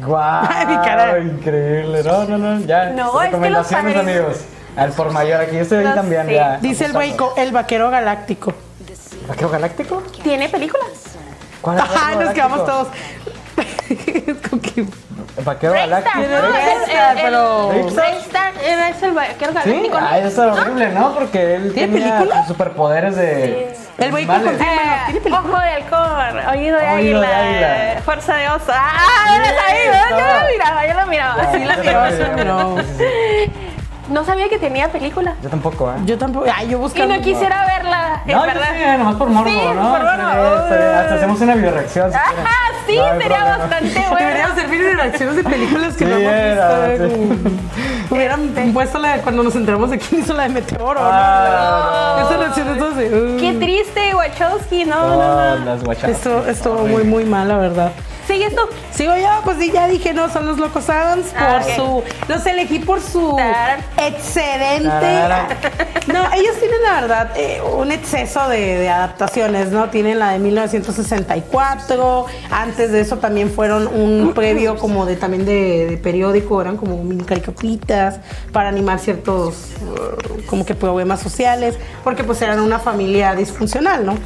Guau.
Ay, mi cara.
Increíble. No, no, no. Ya.
No, es que los
Recomendaciones,
padres-
amigos. Al por mayor aquí. Yo estoy
No
ahí también,
sé.
ya.
Dice el, vaico- el vaquero galáctico.
¿Vaquero Galáctico?
¿Tiene películas?
¿Cuál es el
Ajá,
Vaquero
Ah, nos quedamos
Galáctico?
todos. Como que-
¿Vaquero Galáctico?
Brave Star, ¿no?
Brave
Es el- el-
Star, pero-
el- Brave Star era es el vaquero
Sí,
galáctico. ¿no?
ah, eso es horrible, ¿no? Porque él
¿Tiene
tenía
película?
superpoderes de.
El güey con-
animales.
Eh, ojo de halcón, oído de
Oído de
águila,
águila.
eh, fuerza de oso. Ah, era
Sí,
ahí, ¿no? yo
estaba.
la miraba, yo la miraba.
Ah,
Sí, la
yo
miraba.
también,
miraba,
yo-
pero-
sí, sí, sí.
No sabía que tenía película.
Yo tampoco, ¿eh?
Yo tampoco. Ay, yo
Y
buscando.
no quisiera verla, en
No, yo
verdad.
sí, nomás por morbo,
Sí,
¿no?
por morbo.
Sí, sí, hasta hacemos una bioreacción. si quieren.
Ajá, sí,
No hay
sería
problema.
bastante bueno.
Deberíamos servir de reacciones de películas que
Sí,
no
era,
hemos visto.
sí.
eh, como- Hubieran puesto la de cuando nos enteramos de quién hizo la de Meteoro.
Ah,
¿no? Esa reacción es donde, uh,
Qué triste, Wachowski, no, no,
Oh,
no.
las guachas.
Esto estuvo muy, muy mal, la verdad.
¿Sigues tú?
Sigo yo, pues sí, ya dije, no, son los Locos Adams por
Ah,
su. Los elegí por su
Taran.
excedente.
Tarara.
No, ellos tienen la verdad eh, un exceso de, de adaptaciones, ¿no? Tienen la de 1964, antes de eso también fueron un previo como de también de, de periódico, eran como mini caricaturitas para animar ciertos eh, como que problemas sociales, porque pues eran una familia disfuncional, ¿no?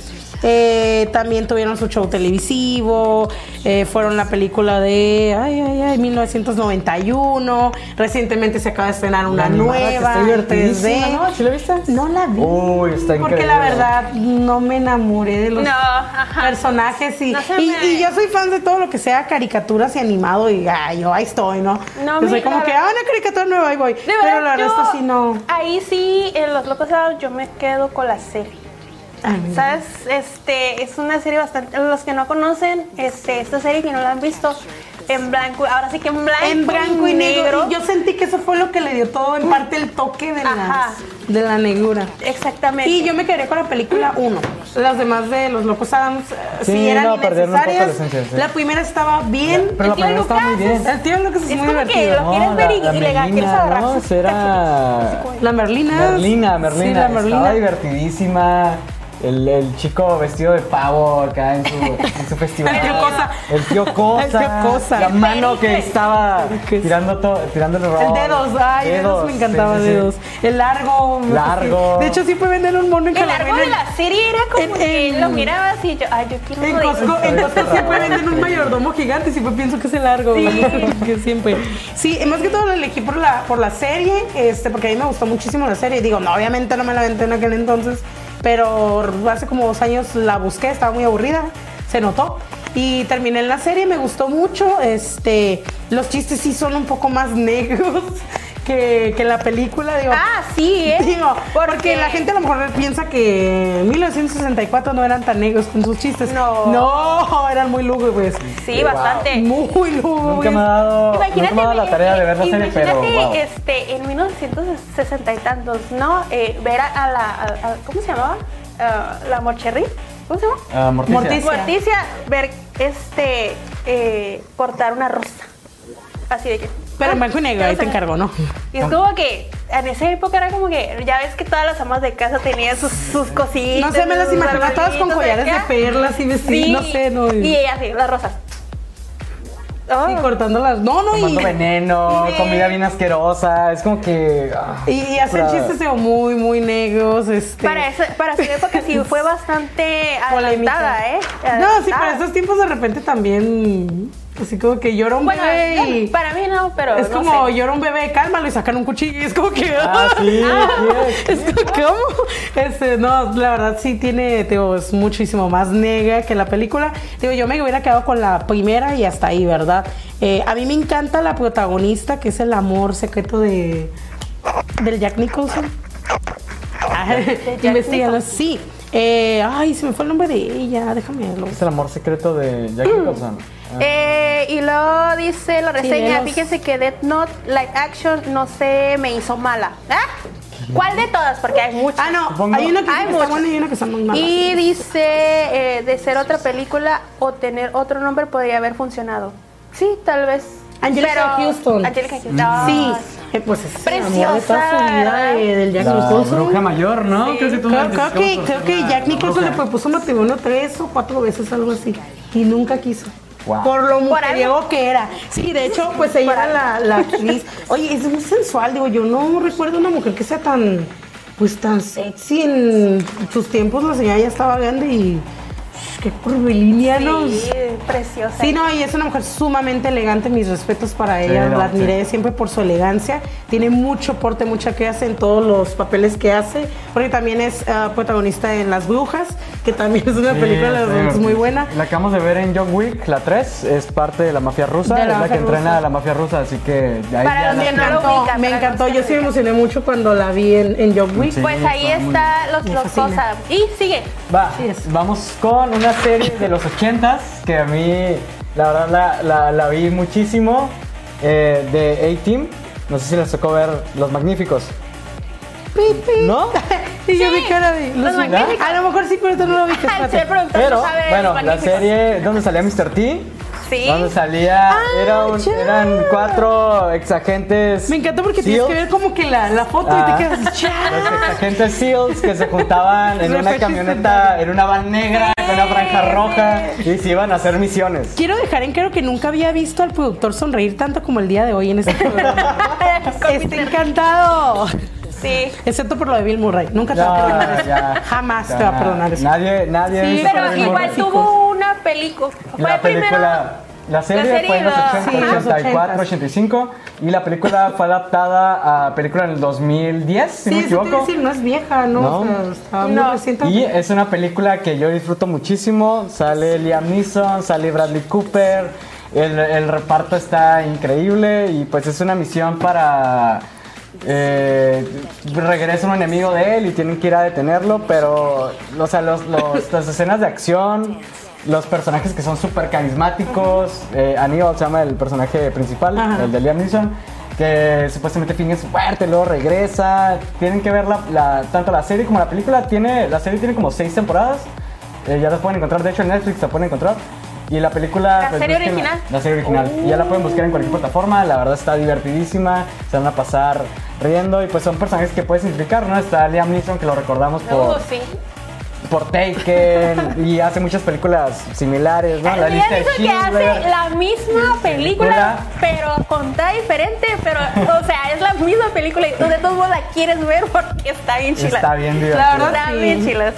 Eh, también tuvieron su show televisivo, eh, fueron la película de ay, ay, ay, 1991. Recientemente se acaba de estrenar una
animada que
nueva.
está divertidísima,
3D.
¿no? ¿Sí la viste?
No la vi.
Uy, está
Porque
increíble.
la verdad no me enamoré de los
No, ajá.
personajes y,
No se
y-
me-
y yo soy fan de todo lo que sea caricaturas y animado y ay, yo ahí estoy, ¿no?
No,
yo
mi-
soy como
la
que,
verdad-
ah, una caricatura nueva, ahí voy.
De
Pero la verdad
yo-
es que sí no.
Ahí sí, en Los Locos Adams yo me quedo con la serie.
Ay, no.
¿Sabes? Este, es una serie bastante. Los que no conocen este, esta serie, que no la han visto, en blanco. Ahora sí que en blanco.
en blanco y negro. y yo sentí que eso fue lo que le dio todo, en parte el toque de la,
Ajá.
de la negrura.
Exactamente.
Y yo me quedé con la película 1. Las demás de Los Locos Adams eh, sí,
Sí,
eran
no, perdieron un poco la
innecesarias.
esencia, sí.
La primera estaba bien.
Pero la
tío
primera está muy
Lucas
bien.
El tío Lucas pues, es,
Es
muy
como que
divertido.
lo- quieres ver y- y le ga- quieres
Merlina,
agarrar
¿no?
sus
Será...
La Merlina.
Merlina, Merlina.
Sí, la Merlina.
Estaba divertidísima. El, el chico vestido de pavo acá en su, en su festival.
El tío Cosa.
El tío Cosa.
El tío Cosa.
La mano que
Pericles.
estaba tirando todo, tirándole
El
ropa.
dedos, ay, dedos, me
sí,
encantaba
sí, sí.
dedos. El largo. me-
Largo.
De hecho, siempre venden un mono en
el árbol
Calavera.
de la serie era como
en-
que
en-
lo mirabas y yo, ay, yo quiero
En
uno de
Costco,
esos.
en Costco siempre venden un mayordomo gigante, siempre pienso que es el largo, ¿verdad? que siempre. Sí, y más que todo lo elegí por la, por la serie, este, porque a mí me gustó muchísimo la serie. Digo, no, obviamente no me la aventé en aquel entonces, pero hace como dos años la busqué, estaba muy aburrida, se notó. Y terminé en la serie, me gustó mucho. Este, los chistes sí son un poco más negros que, que la película, digo.
Ah, sí, ¿eh?
Digo, porque,
Porque-
la gente a lo mejor piensa que 1964 no eran tan negros con sus chistes.
No.
No, eran muy lúgubres.
Sí, bastante.
Muy
Nunca
lúgubres.
me ha dado, nunca me ha
Imagínate,
dado la tarea de ver la serie, pero
imagínate,
wow.
este, en 1960 y tantos, ¿no? Eh, ver a, a la, a- a- ¿cómo se llamaba? Ah, la Morcherry, ¿cómo se llama?
Ah, Morticia.
Morticia.
Morticia, ver, este, eh, cortar una rosa, así de que.
Pero en blanco y negro, ahí te encargo, ¿no?
Y es como que en esa época era como que ya ves que todas las amas de casa tenían sus, sus cositas.
No sé, me las
sus
imagino todas con
arbolitos
collares de
acá.
perlas y vestidos,
Sí,
no sé, no.
Y ella así, las rosas.
Y
Ah.
cortándolas. No, no,
Tomando
y,
veneno,
Sí.
comida bien asquerosa. Es como que. ah,
y, y hacen
o sea,
chistes digo, muy, muy negros. Este.
Para, eso, para su época sí fue bastante
polémica.
adelantada, ¿eh?
No, sí,
Adelantada.
para esos tiempos de repente también. Así como que llora un
Bueno,
bebé
no,
y.
para mí no, pero
Es
no
como
sé.
llora un bebé, cálmalo y sacan un cuchillo. y Es como que.
Ah, sí, sí,
Es como, ¿cómo? Este, no, la verdad sí tiene, te digo, es muchísimo más negra que la película. Digo, yo me hubiera quedado con la primera y hasta ahí, ¿verdad? Eh, a mí me encanta la protagonista, que es el amor secreto de. del Jack Nicholson. Ah,
Jack
Investígalo, sí. Eh, ay, se me fue el nombre de ella, déjame verlo.
Es el amor secreto de Jack Nicholson. Ah,
Eh, y luego dice la reseña,
léelos.
fíjense que Death Note Live Action no se me hizo mala. ¿Ah? ¿Cuál de todas? Porque hay muchas.
Ah, no,
Supongo-
hay una que, sí
Hay
que está
muchas.
buena y una que está muy mala.
Y dice, eh, de ser otra película o tener otro nombre podría haber funcionado. Sí, tal vez.
Angelica Houston.
Angelica Houston. Ah,
Sí, eh, pues es
Preciosa,
el amor de toda su vida
¿verdad?
de- del Jack
Eh, la
Nicholson.
bruja mayor, ¿no? Creo
Creo,
que
creo que, creo que Jack Nicholson le propuso matrimonio tres o cuatro veces, algo así, y nunca quiso.
Wow.
Por lo
Por
mujeriego que era. Sí, de hecho, pues ella era la, la actriz. Oye, es muy sensual, digo, yo no recuerdo una mujer que sea tan, pues tan sexy en sus tiempos, la señora ya estaba grande y pues, qué curvilínea, ¿no?
Sí, preciosa.
Sí, no, y es una mujer sumamente elegante, mis respetos para ella,
no,
la admiré siempre por su elegancia, tiene mucho porte, mucha que hace en todos los papeles que hace, porque también es ah, protagonista en Las Brujas, que también es una
Sí,
película de Las
sí,
Brujas muy buena.
La acabamos de ver en John Wick, la 3, es parte de la mafia rusa,
De la
es la
mafia
que entrena
rusa.
a la mafia rusa, así que de ahí
Para
ya
los
la-
que
Me
no lo
encantó,
ubican,
me
para
encantó,
los que
yo
no
sí me
lo
emocioné mucho cuando la vi en, en John Wick.
Sí.
Pues ahí
está muy
está los,
Me
los
fascina.
cosas. Y sigue.
Va,
Así es.
vamos con una serie de los 80s que a mí, la verdad, la, la- la vi muchísimo eh, de A-Team. No sé si les tocó ver Los Magníficos. ¿No?
Y yo
Sí,
vi que era de...
Los
Lucy.
Magníficos.
A lo mejor sí, pero tú no lo viste.
Al
espérate.
ser productor no
Pero,
sabe de
bueno,
los
la
magníficos.
serie donde salía Mr. T.
Sí.
Donde salía, era un-
Ah, ya.
eran cuatro exagentes.
Me encantó porque tienes
SEALs.
que ver como que la, la foto
Ah.
y te quedas...
Los
"Chale".
exagentes SEALs que se juntaban en
Me
una
fue
camioneta, en una van negra, con una franja roja, y se iban a hacer misiones.
Quiero dejar en claro que nunca había visto al productor sonreír tanto como el día de hoy en este programa.
Con
Está
Mr.
encantado.
Sí.
Excepto por lo de Bill Murray. Nunca te va a
Ya,
perdonar.
ya,
Jamás
ya,
te va a
na-
perdonar eso.
Nadie, nadie.
Sí,
hizo
Pero
Bill Murray.
igual
Murray.
tuvo una película.
La película, la serie,
la serie
fue en los
era-
80,
Sí, los
84,
80.
85 y la película fue adaptada a película en el 2010, si
sí,
no
eso te iba
me
a
equivoco.
decir, no es vieja, ¿no?
No.
O sea, está muy
No.
reciente.
Y es una película que yo disfruto muchísimo. Sale Liam Neeson, sale Bradley Cooper. El, el reparto está increíble y pues es una misión para... eh, regresa un enemigo de él y tienen que ir a detenerlo, pero o sea, los- los- las escenas de acción, los personajes que son súper carismáticos, eh, Aníbal se llama el personaje principal,
Ajá.
el de Liam Neeson, que supuestamente finge su muerte, luego regresa. Tienen que ver la, la- tanto la serie como la película. Tiene, la serie tiene como seis temporadas. Eh, ya las pueden encontrar, de hecho en Netflix la pueden encontrar. Y la película...
¿La
pues,
serie
búsquenla.
original? Oh.
La serie original. Y Ya la pueden buscar en cualquier plataforma. La verdad está divertidísima. Se van a pasar riendo. Y pues son personajes que puedes identificar, ¿no? Está Liam Neeson, que lo recordamos por,
No, pues sí.
por Taken. y hace muchas películas similares, ¿no? La
Liam
lista de
Neeson que
Schindler.
hace la misma película, pero contada diferente, pero, o sea, es la misma película y tú de todos modos la quieres ver porque está bien chila.
Está bien divertida.
La verdad, está
Sí.
bien chilas.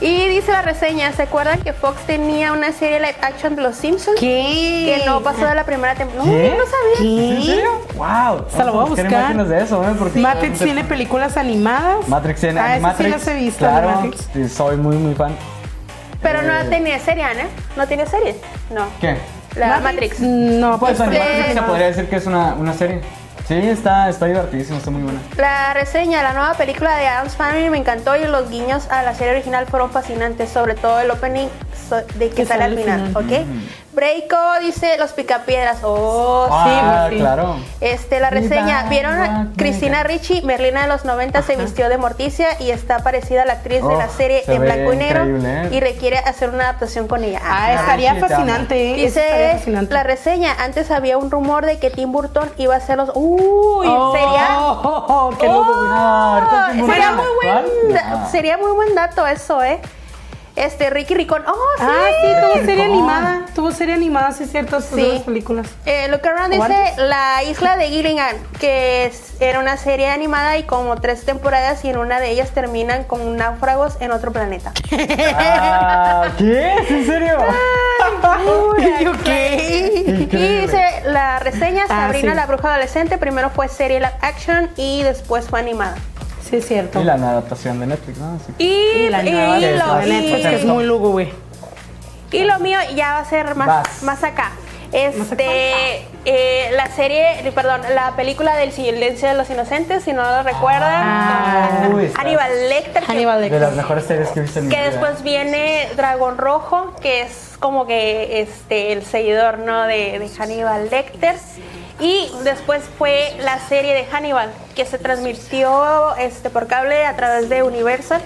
Y dice la reseña, ¿se acuerdan que Fox tenía una serie live action de Los Simpsons?
¿Qué?
Que no pasó de la primera temporada. No,
¿Qué?
yo no sabía.
¿Qué?
¿En serio? ¡Wow!
Se lo voy a
Vamos
buscar.
imágenes de eso, ¿eh? Porque
Matrix tiene películas animadas.
Matrix tiene
Ah, esas
Matrix,
sí las he visto.
Claro,
de Matrix.
sí, soy muy, muy fan.
Pero
Eh.
no tenía serie, Ana. ¿No tiene serie? No.
¿Qué?
La Matrix.
No,
Ah, Pues
pues
Este-
Animatrix se podría decir que es una, una serie. Sí, está, está divertidísimo, está muy buena.
La reseña, la nueva película de Adam's Family me encantó y los guiños a la serie original fueron fascinantes, sobre todo el opening so- de que, sale al final, Mm. ¿ok? Breiko dice los picapiedras, oh,
ah,
sí, sí.
claro.
Este, la reseña,
Viva
¿vieron
la
a Cristina Ricci, Merlina de los 90 se vistió de Morticia y está parecida a la actriz de la
Oh,
serie
se
en
ve
blanco y negro
increíble, ¿eh?
y requiere hacer una adaptación con ella? Ah,
Ah, estaría
sí, te amo.
fascinante. ¿eh? Eso estaría
Dice
fascinante.
la reseña, antes había un rumor de que Tim Burton iba a hacer los... ¡Uy!
Oh,
¿Sería?
oh, oh, qué
Oh,
loco.
ahorita Tim Burton
sería
actual,
muy buen da-
nah.
sería muy buen dato eso, ¿eh? Este Ricky Ricón. Oh, sí.
Ah, sí, tuvo serie
Rincón.
animada. Tuvo serie animada, sí, es cierto. Estas
Sí.
dos películas.
Eh, Look Around
¿O
dice
antes?
La Isla de Gilligan, que es- era una serie animada y como tres temporadas y en una de ellas terminan con náufragos en otro planeta.
Ah, ¿Qué? ¿Es en serio?
¿Y yo qué?
Y
Increíble.
dice la reseña
Ah,
Sabrina
sí.
la Bruja Adolescente, primero fue serie live action y después fue animada.
Sí, es cierto.
Y la adaptación de Netflix, ¿no? Así que
Y,
Y la
y
nueva de
lo-
de Netflix,
y-
que es muy lúgubre.
Y lo mío ya va a ser más,
Vas.
más acá. Este, eh, la serie, perdón, la película del silencio de los inocentes, si no lo recuerdan,
Ah.
con
Uy, está.
Aníbal Lecter, que-
Hannibal
De las
Lecter.
mejores series que he visto en mi
que
vida.
después viene Dragón Rojo, que es como que este el seguidor no de, de Hannibal Lecter. Y después fue la serie de Hannibal, que se transmitió este por cable a través de Universal,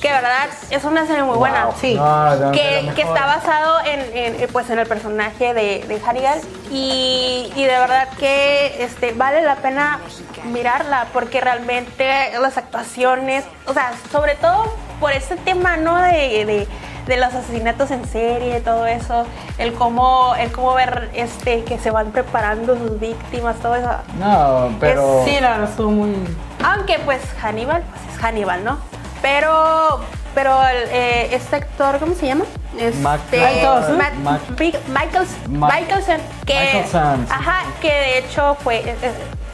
que la verdad es una serie muy buena.
Sí.
No, no, de
Que,
las
que está
mejores.
basado en, en, eh, pues en el personaje de, de Hannibal y, y de verdad que este vale la pena mirarla porque realmente las actuaciones, o sea, sobre todo por este tema no de, de- de los asesinatos en serie, todo eso, el cómo, el cómo ver este que se van preparando sus víctimas, todo eso.
No, pero...
Sí, la verdad, estuvo muy.
Aunque pues Hannibal, pues es Hannibal, ¿no? Pero, pero el, eh, este actor, ¿cómo se llama? Este,
Mac-
Michaelson.
Mac-
Mac-
Big- Michaels-
Ma-
Michaelson, que,
Michaelson, sí.
Ajá, que de hecho fue, eh,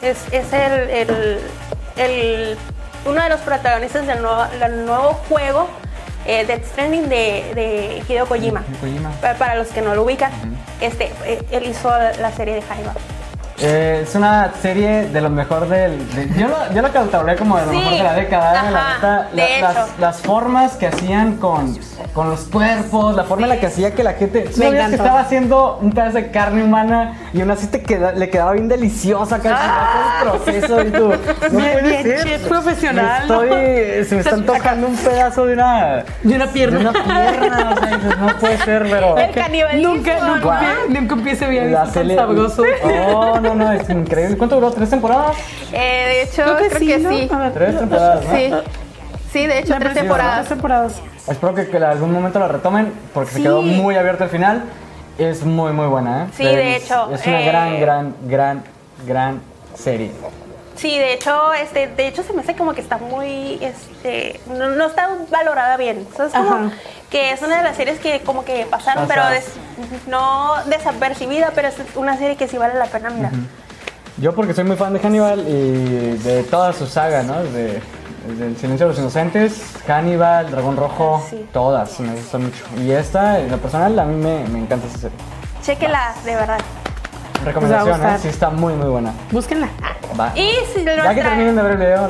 es, es- es el, el- el- uno de los protagonistas del nuevo, del nuevo juego eh, Death Stranding de, de Hideo Kojima.
Kojima.
Pa- Para los que no lo ubican, este, eh, él hizo la serie de Hannibal.
Eh, es una serie de lo mejor del. de- yo, lo, yo lo catalogué como de lo
Sí,
mejor de la década. ¿eh?
ajá,
la neta, la-
de
las-
hecho.
las, formas que hacían con, con los cuerpos, la forma en la que hacía que la gente. ¿Tú
Me
sabías que
encantó.
estaba haciendo un pedazo de carne humana y aún así te queda- le quedaba bien deliciosa casi todo el proceso y tú. No
Bien-
puede
Ah. bien
ser.
chef
Me
profesional, ¿no?
Estoy, Se me están tocando un pedazo de una.
De una pierna.
De una pierna, o sea, dices, no puede ser, pero.
El canibalismo.
Nunca, nunca,
¿no?
empie- nunca empiece bien.
La
tan
serie-
sabroso.
Oh, no, no, es increíble. ¿Cuánto duró? ¿Tres temporadas?
Eh, de hecho,
Creo que sí, ¿no? A ver.
Tres temporadas, ¿no?
Sí. Sí, de hecho,
La
tres
versión-
temporadas.
Tres temporadas.
Espero que, que en algún momento la retomen porque se
Sí.
quedó muy abierto al final. Es muy, muy buena, ¿eh?
Sí, de
Es-
hecho,
Es una
eh,
gran, gran, gran, gran serie.
Sí, de hecho, este, de hecho se me hace como que está muy, este, no, no está valorada bien. O sea, es como
Ajá.
que es una de las series que como que pasaron, pero
Pasadas.
des- no desapercibida, pero es una serie que sí vale la pena mirar.
Yo porque soy muy fan de Hannibal y de toda su saga, ¿no? Desde, desde El Silencio de los Inocentes, Hannibal, Dragón Rojo,
Ah, Sí.
todas me gustan mucho. Y esta, en lo personal, a mí me, me encanta esa serie.
Chéquela, de verdad.
Recomendación, ¿eh?
gustar.
Sí, está muy, muy buena.
Búsquenla.
Va.
Y si
ya que
nuestra-
terminen de ver el video,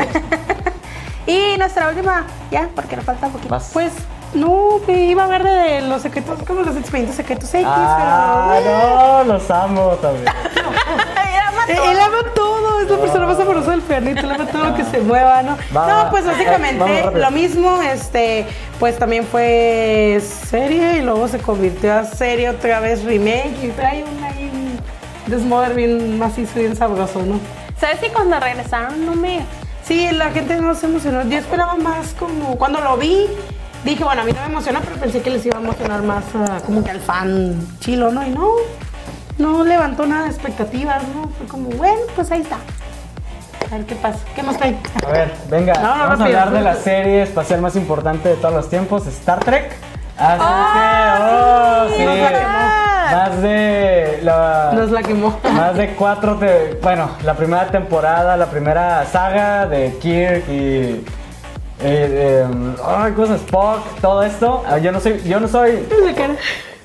Y nuestra última, ya, porque nos falta un poquito.
vas.
Pues no, me iba a ver de los secretos, como los expedientes secretos X,
Ah,
pero-
no, los amo también.
Ay, la mató.
Eh, Él ama todo, es la persona más amorosa del planeta, él ama todo lo que se mueva, ¿no?
Va, va.
no, pues
Eh, vamos
básicamente
rápido.
lo mismo, este, pues también fue serie y luego se convirtió a serie otra vez remake y trae un ahí un desmoder bien macizo, bien sabroso, ¿no?
¿Sabes que cuando regresaron no me...
Sí, la gente no se emocionó, yo esperaba más como, cuando lo vi, dije, bueno, a mí no me emocionó, pero pensé que les iba a emocionar más ah, como que al fan chilo, ¿no? Y no, no levantó nada de expectativas, ¿no? Fue como, bueno, pues ahí está. A ver qué pasa. ¿Qué más trae?
A ver, venga,
No, no,
vamos
rápido.
a hablar de la serie espacial más importante de todos los tiempos, Star Trek. Así
¡Ah,
que, oh,
sí!
sí.
Nos la quemó.
Más de la...
Nos la quemó.
Más de cuatro, te- bueno, la primera temporada, la primera saga de Kirk y... eh, em, ay, ¿cómo se llama? Spock, todo esto. Ah, Yo no soy, yo no soy...
La cara.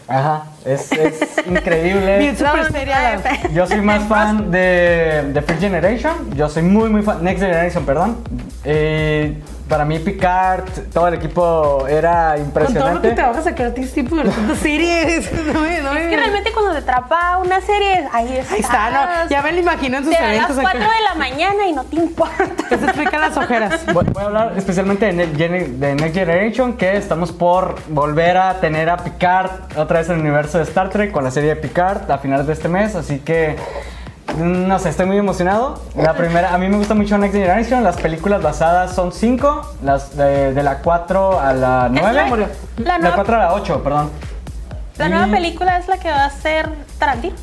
Ajá, es, es increíble.
Bien, súper seria la-
Yo soy más fan de, de First Generation. Yo soy muy, muy fan. Next Generation, perdón. Eh, para mí, Picard, todo el equipo
Con todo
era
lo que
impresionante.
te vas a sacar, tienes tiempo de ver tantas series. No, me- no, me-
Es que realmente cuando te atrapa una serie, ahí está.
Ahí está, ¿no? Ya me lo imagino en sus
Te van a
eventos.
las
acá.
4 de la mañana y no te importa.
Que se explican las ojeras.
Voy, voy a hablar especialmente de, Ne- Gene- de Next Generation, que estamos por volver a tener a Picard otra vez en el universo de Star Trek con la serie de Picard a finales de este mes. Así que, mm, no sé, estoy muy emocionado. La primera, a mí me gusta mucho Next Generation. Las películas basadas son cinco, las de, de la 4 a la 9.
la
de
nueva-
4 a la 8, perdón.
La
Y-
nueva película es la que va a ser Tarantino.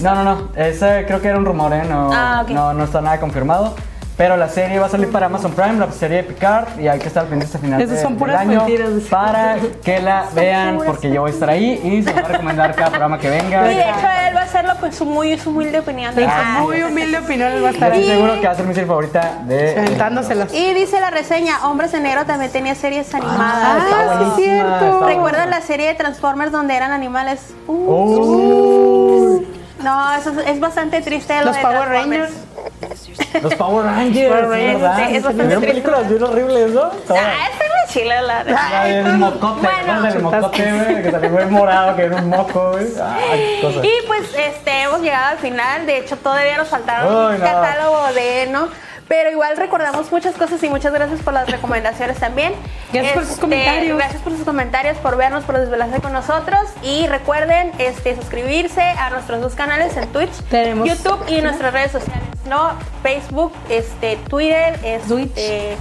No, no, no. Ese creo que era un rumor, ¿eh? No,
Ah, ok.
no, no está nada confirmado. Pero la serie va a salir para Amazon Prime, la serie de Picard, y hay que estar pendientes al final
Esas
de-
son
del
puras
año
mentiras, dice.
para que la vean,
puras
porque yo voy a estar ahí y se los va a recomendar cada programa que venga.
Y de hecho él va a hacerlo con su muy su humilde opinión.
En
Ah.
su muy humilde opinión, él va a
Yo
estar
estoy
ahí
seguro que va a ser mi serie favorita de...
aventándoselas.
Y dice la reseña, Hombres en Negro también tenía series animadas.
está
Ah, sí, es
buenísima, está
cierto.
buenísima.
¿Recuerdan la serie de Transformers donde eran animales? Uh,
Uy,
No, eso es, es bastante triste lo
Los
de
Power
Transformers.
Rangers.
los Power Rangers,
Power
es
Rangers,
¿verdad?
sí, es bastante
¿Vieron
triste.
películas bien horribles, ¿no?
Ah, está muy chila la
La del mocote,
Bueno.
¿no? Del mocote, güey, que salió el morado, que era un moco, güey. Ay, qué cosa.
Y pues este hemos llegado al final, de hecho todavía nos faltaron
Ay,
un
no.
catálogo de, ¿no? Pero igual recordamos muchas cosas y muchas gracias por las recomendaciones también. Este,
Gracias por sus comentarios.
Gracias por sus comentarios, por vernos, por desvelarse con nosotros. Y recuerden este, suscribirse a nuestros dos canales en Twitch,
Tenemos-
YouTube y nuestras redes sociales, ¿no? Facebook, este, Twitter, este,
Twitch.
eh,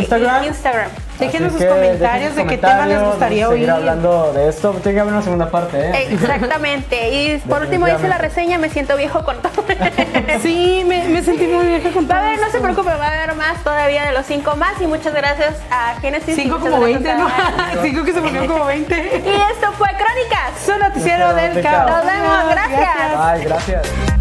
Instagram.
Instagram.
Déjenos
Así
sus
que
comentarios
dejen sus
de qué tema les
comentarios,
gustaría
vamos a
oír.
seguir hablando de esto. Tiene que haber una segunda parte, ¿eh?
Exactamente. Y por último dice la reseña, me siento viejo con todo.
Sí, me, me sentí muy vieja con
Va
todo
a haber, no
esto.
se preocupe, va a haber más todavía de los cinco más y muchas gracias a Genesis.
Cinco
y muchas
como
gracias
20, ¿no?
a-
Cinco que se pusieron como 20.
Y esto fue Crónicas.
Su noticiero
Noticiero
del
del
caos.
caos. Nos vemos, gracias.
Ay, gracias.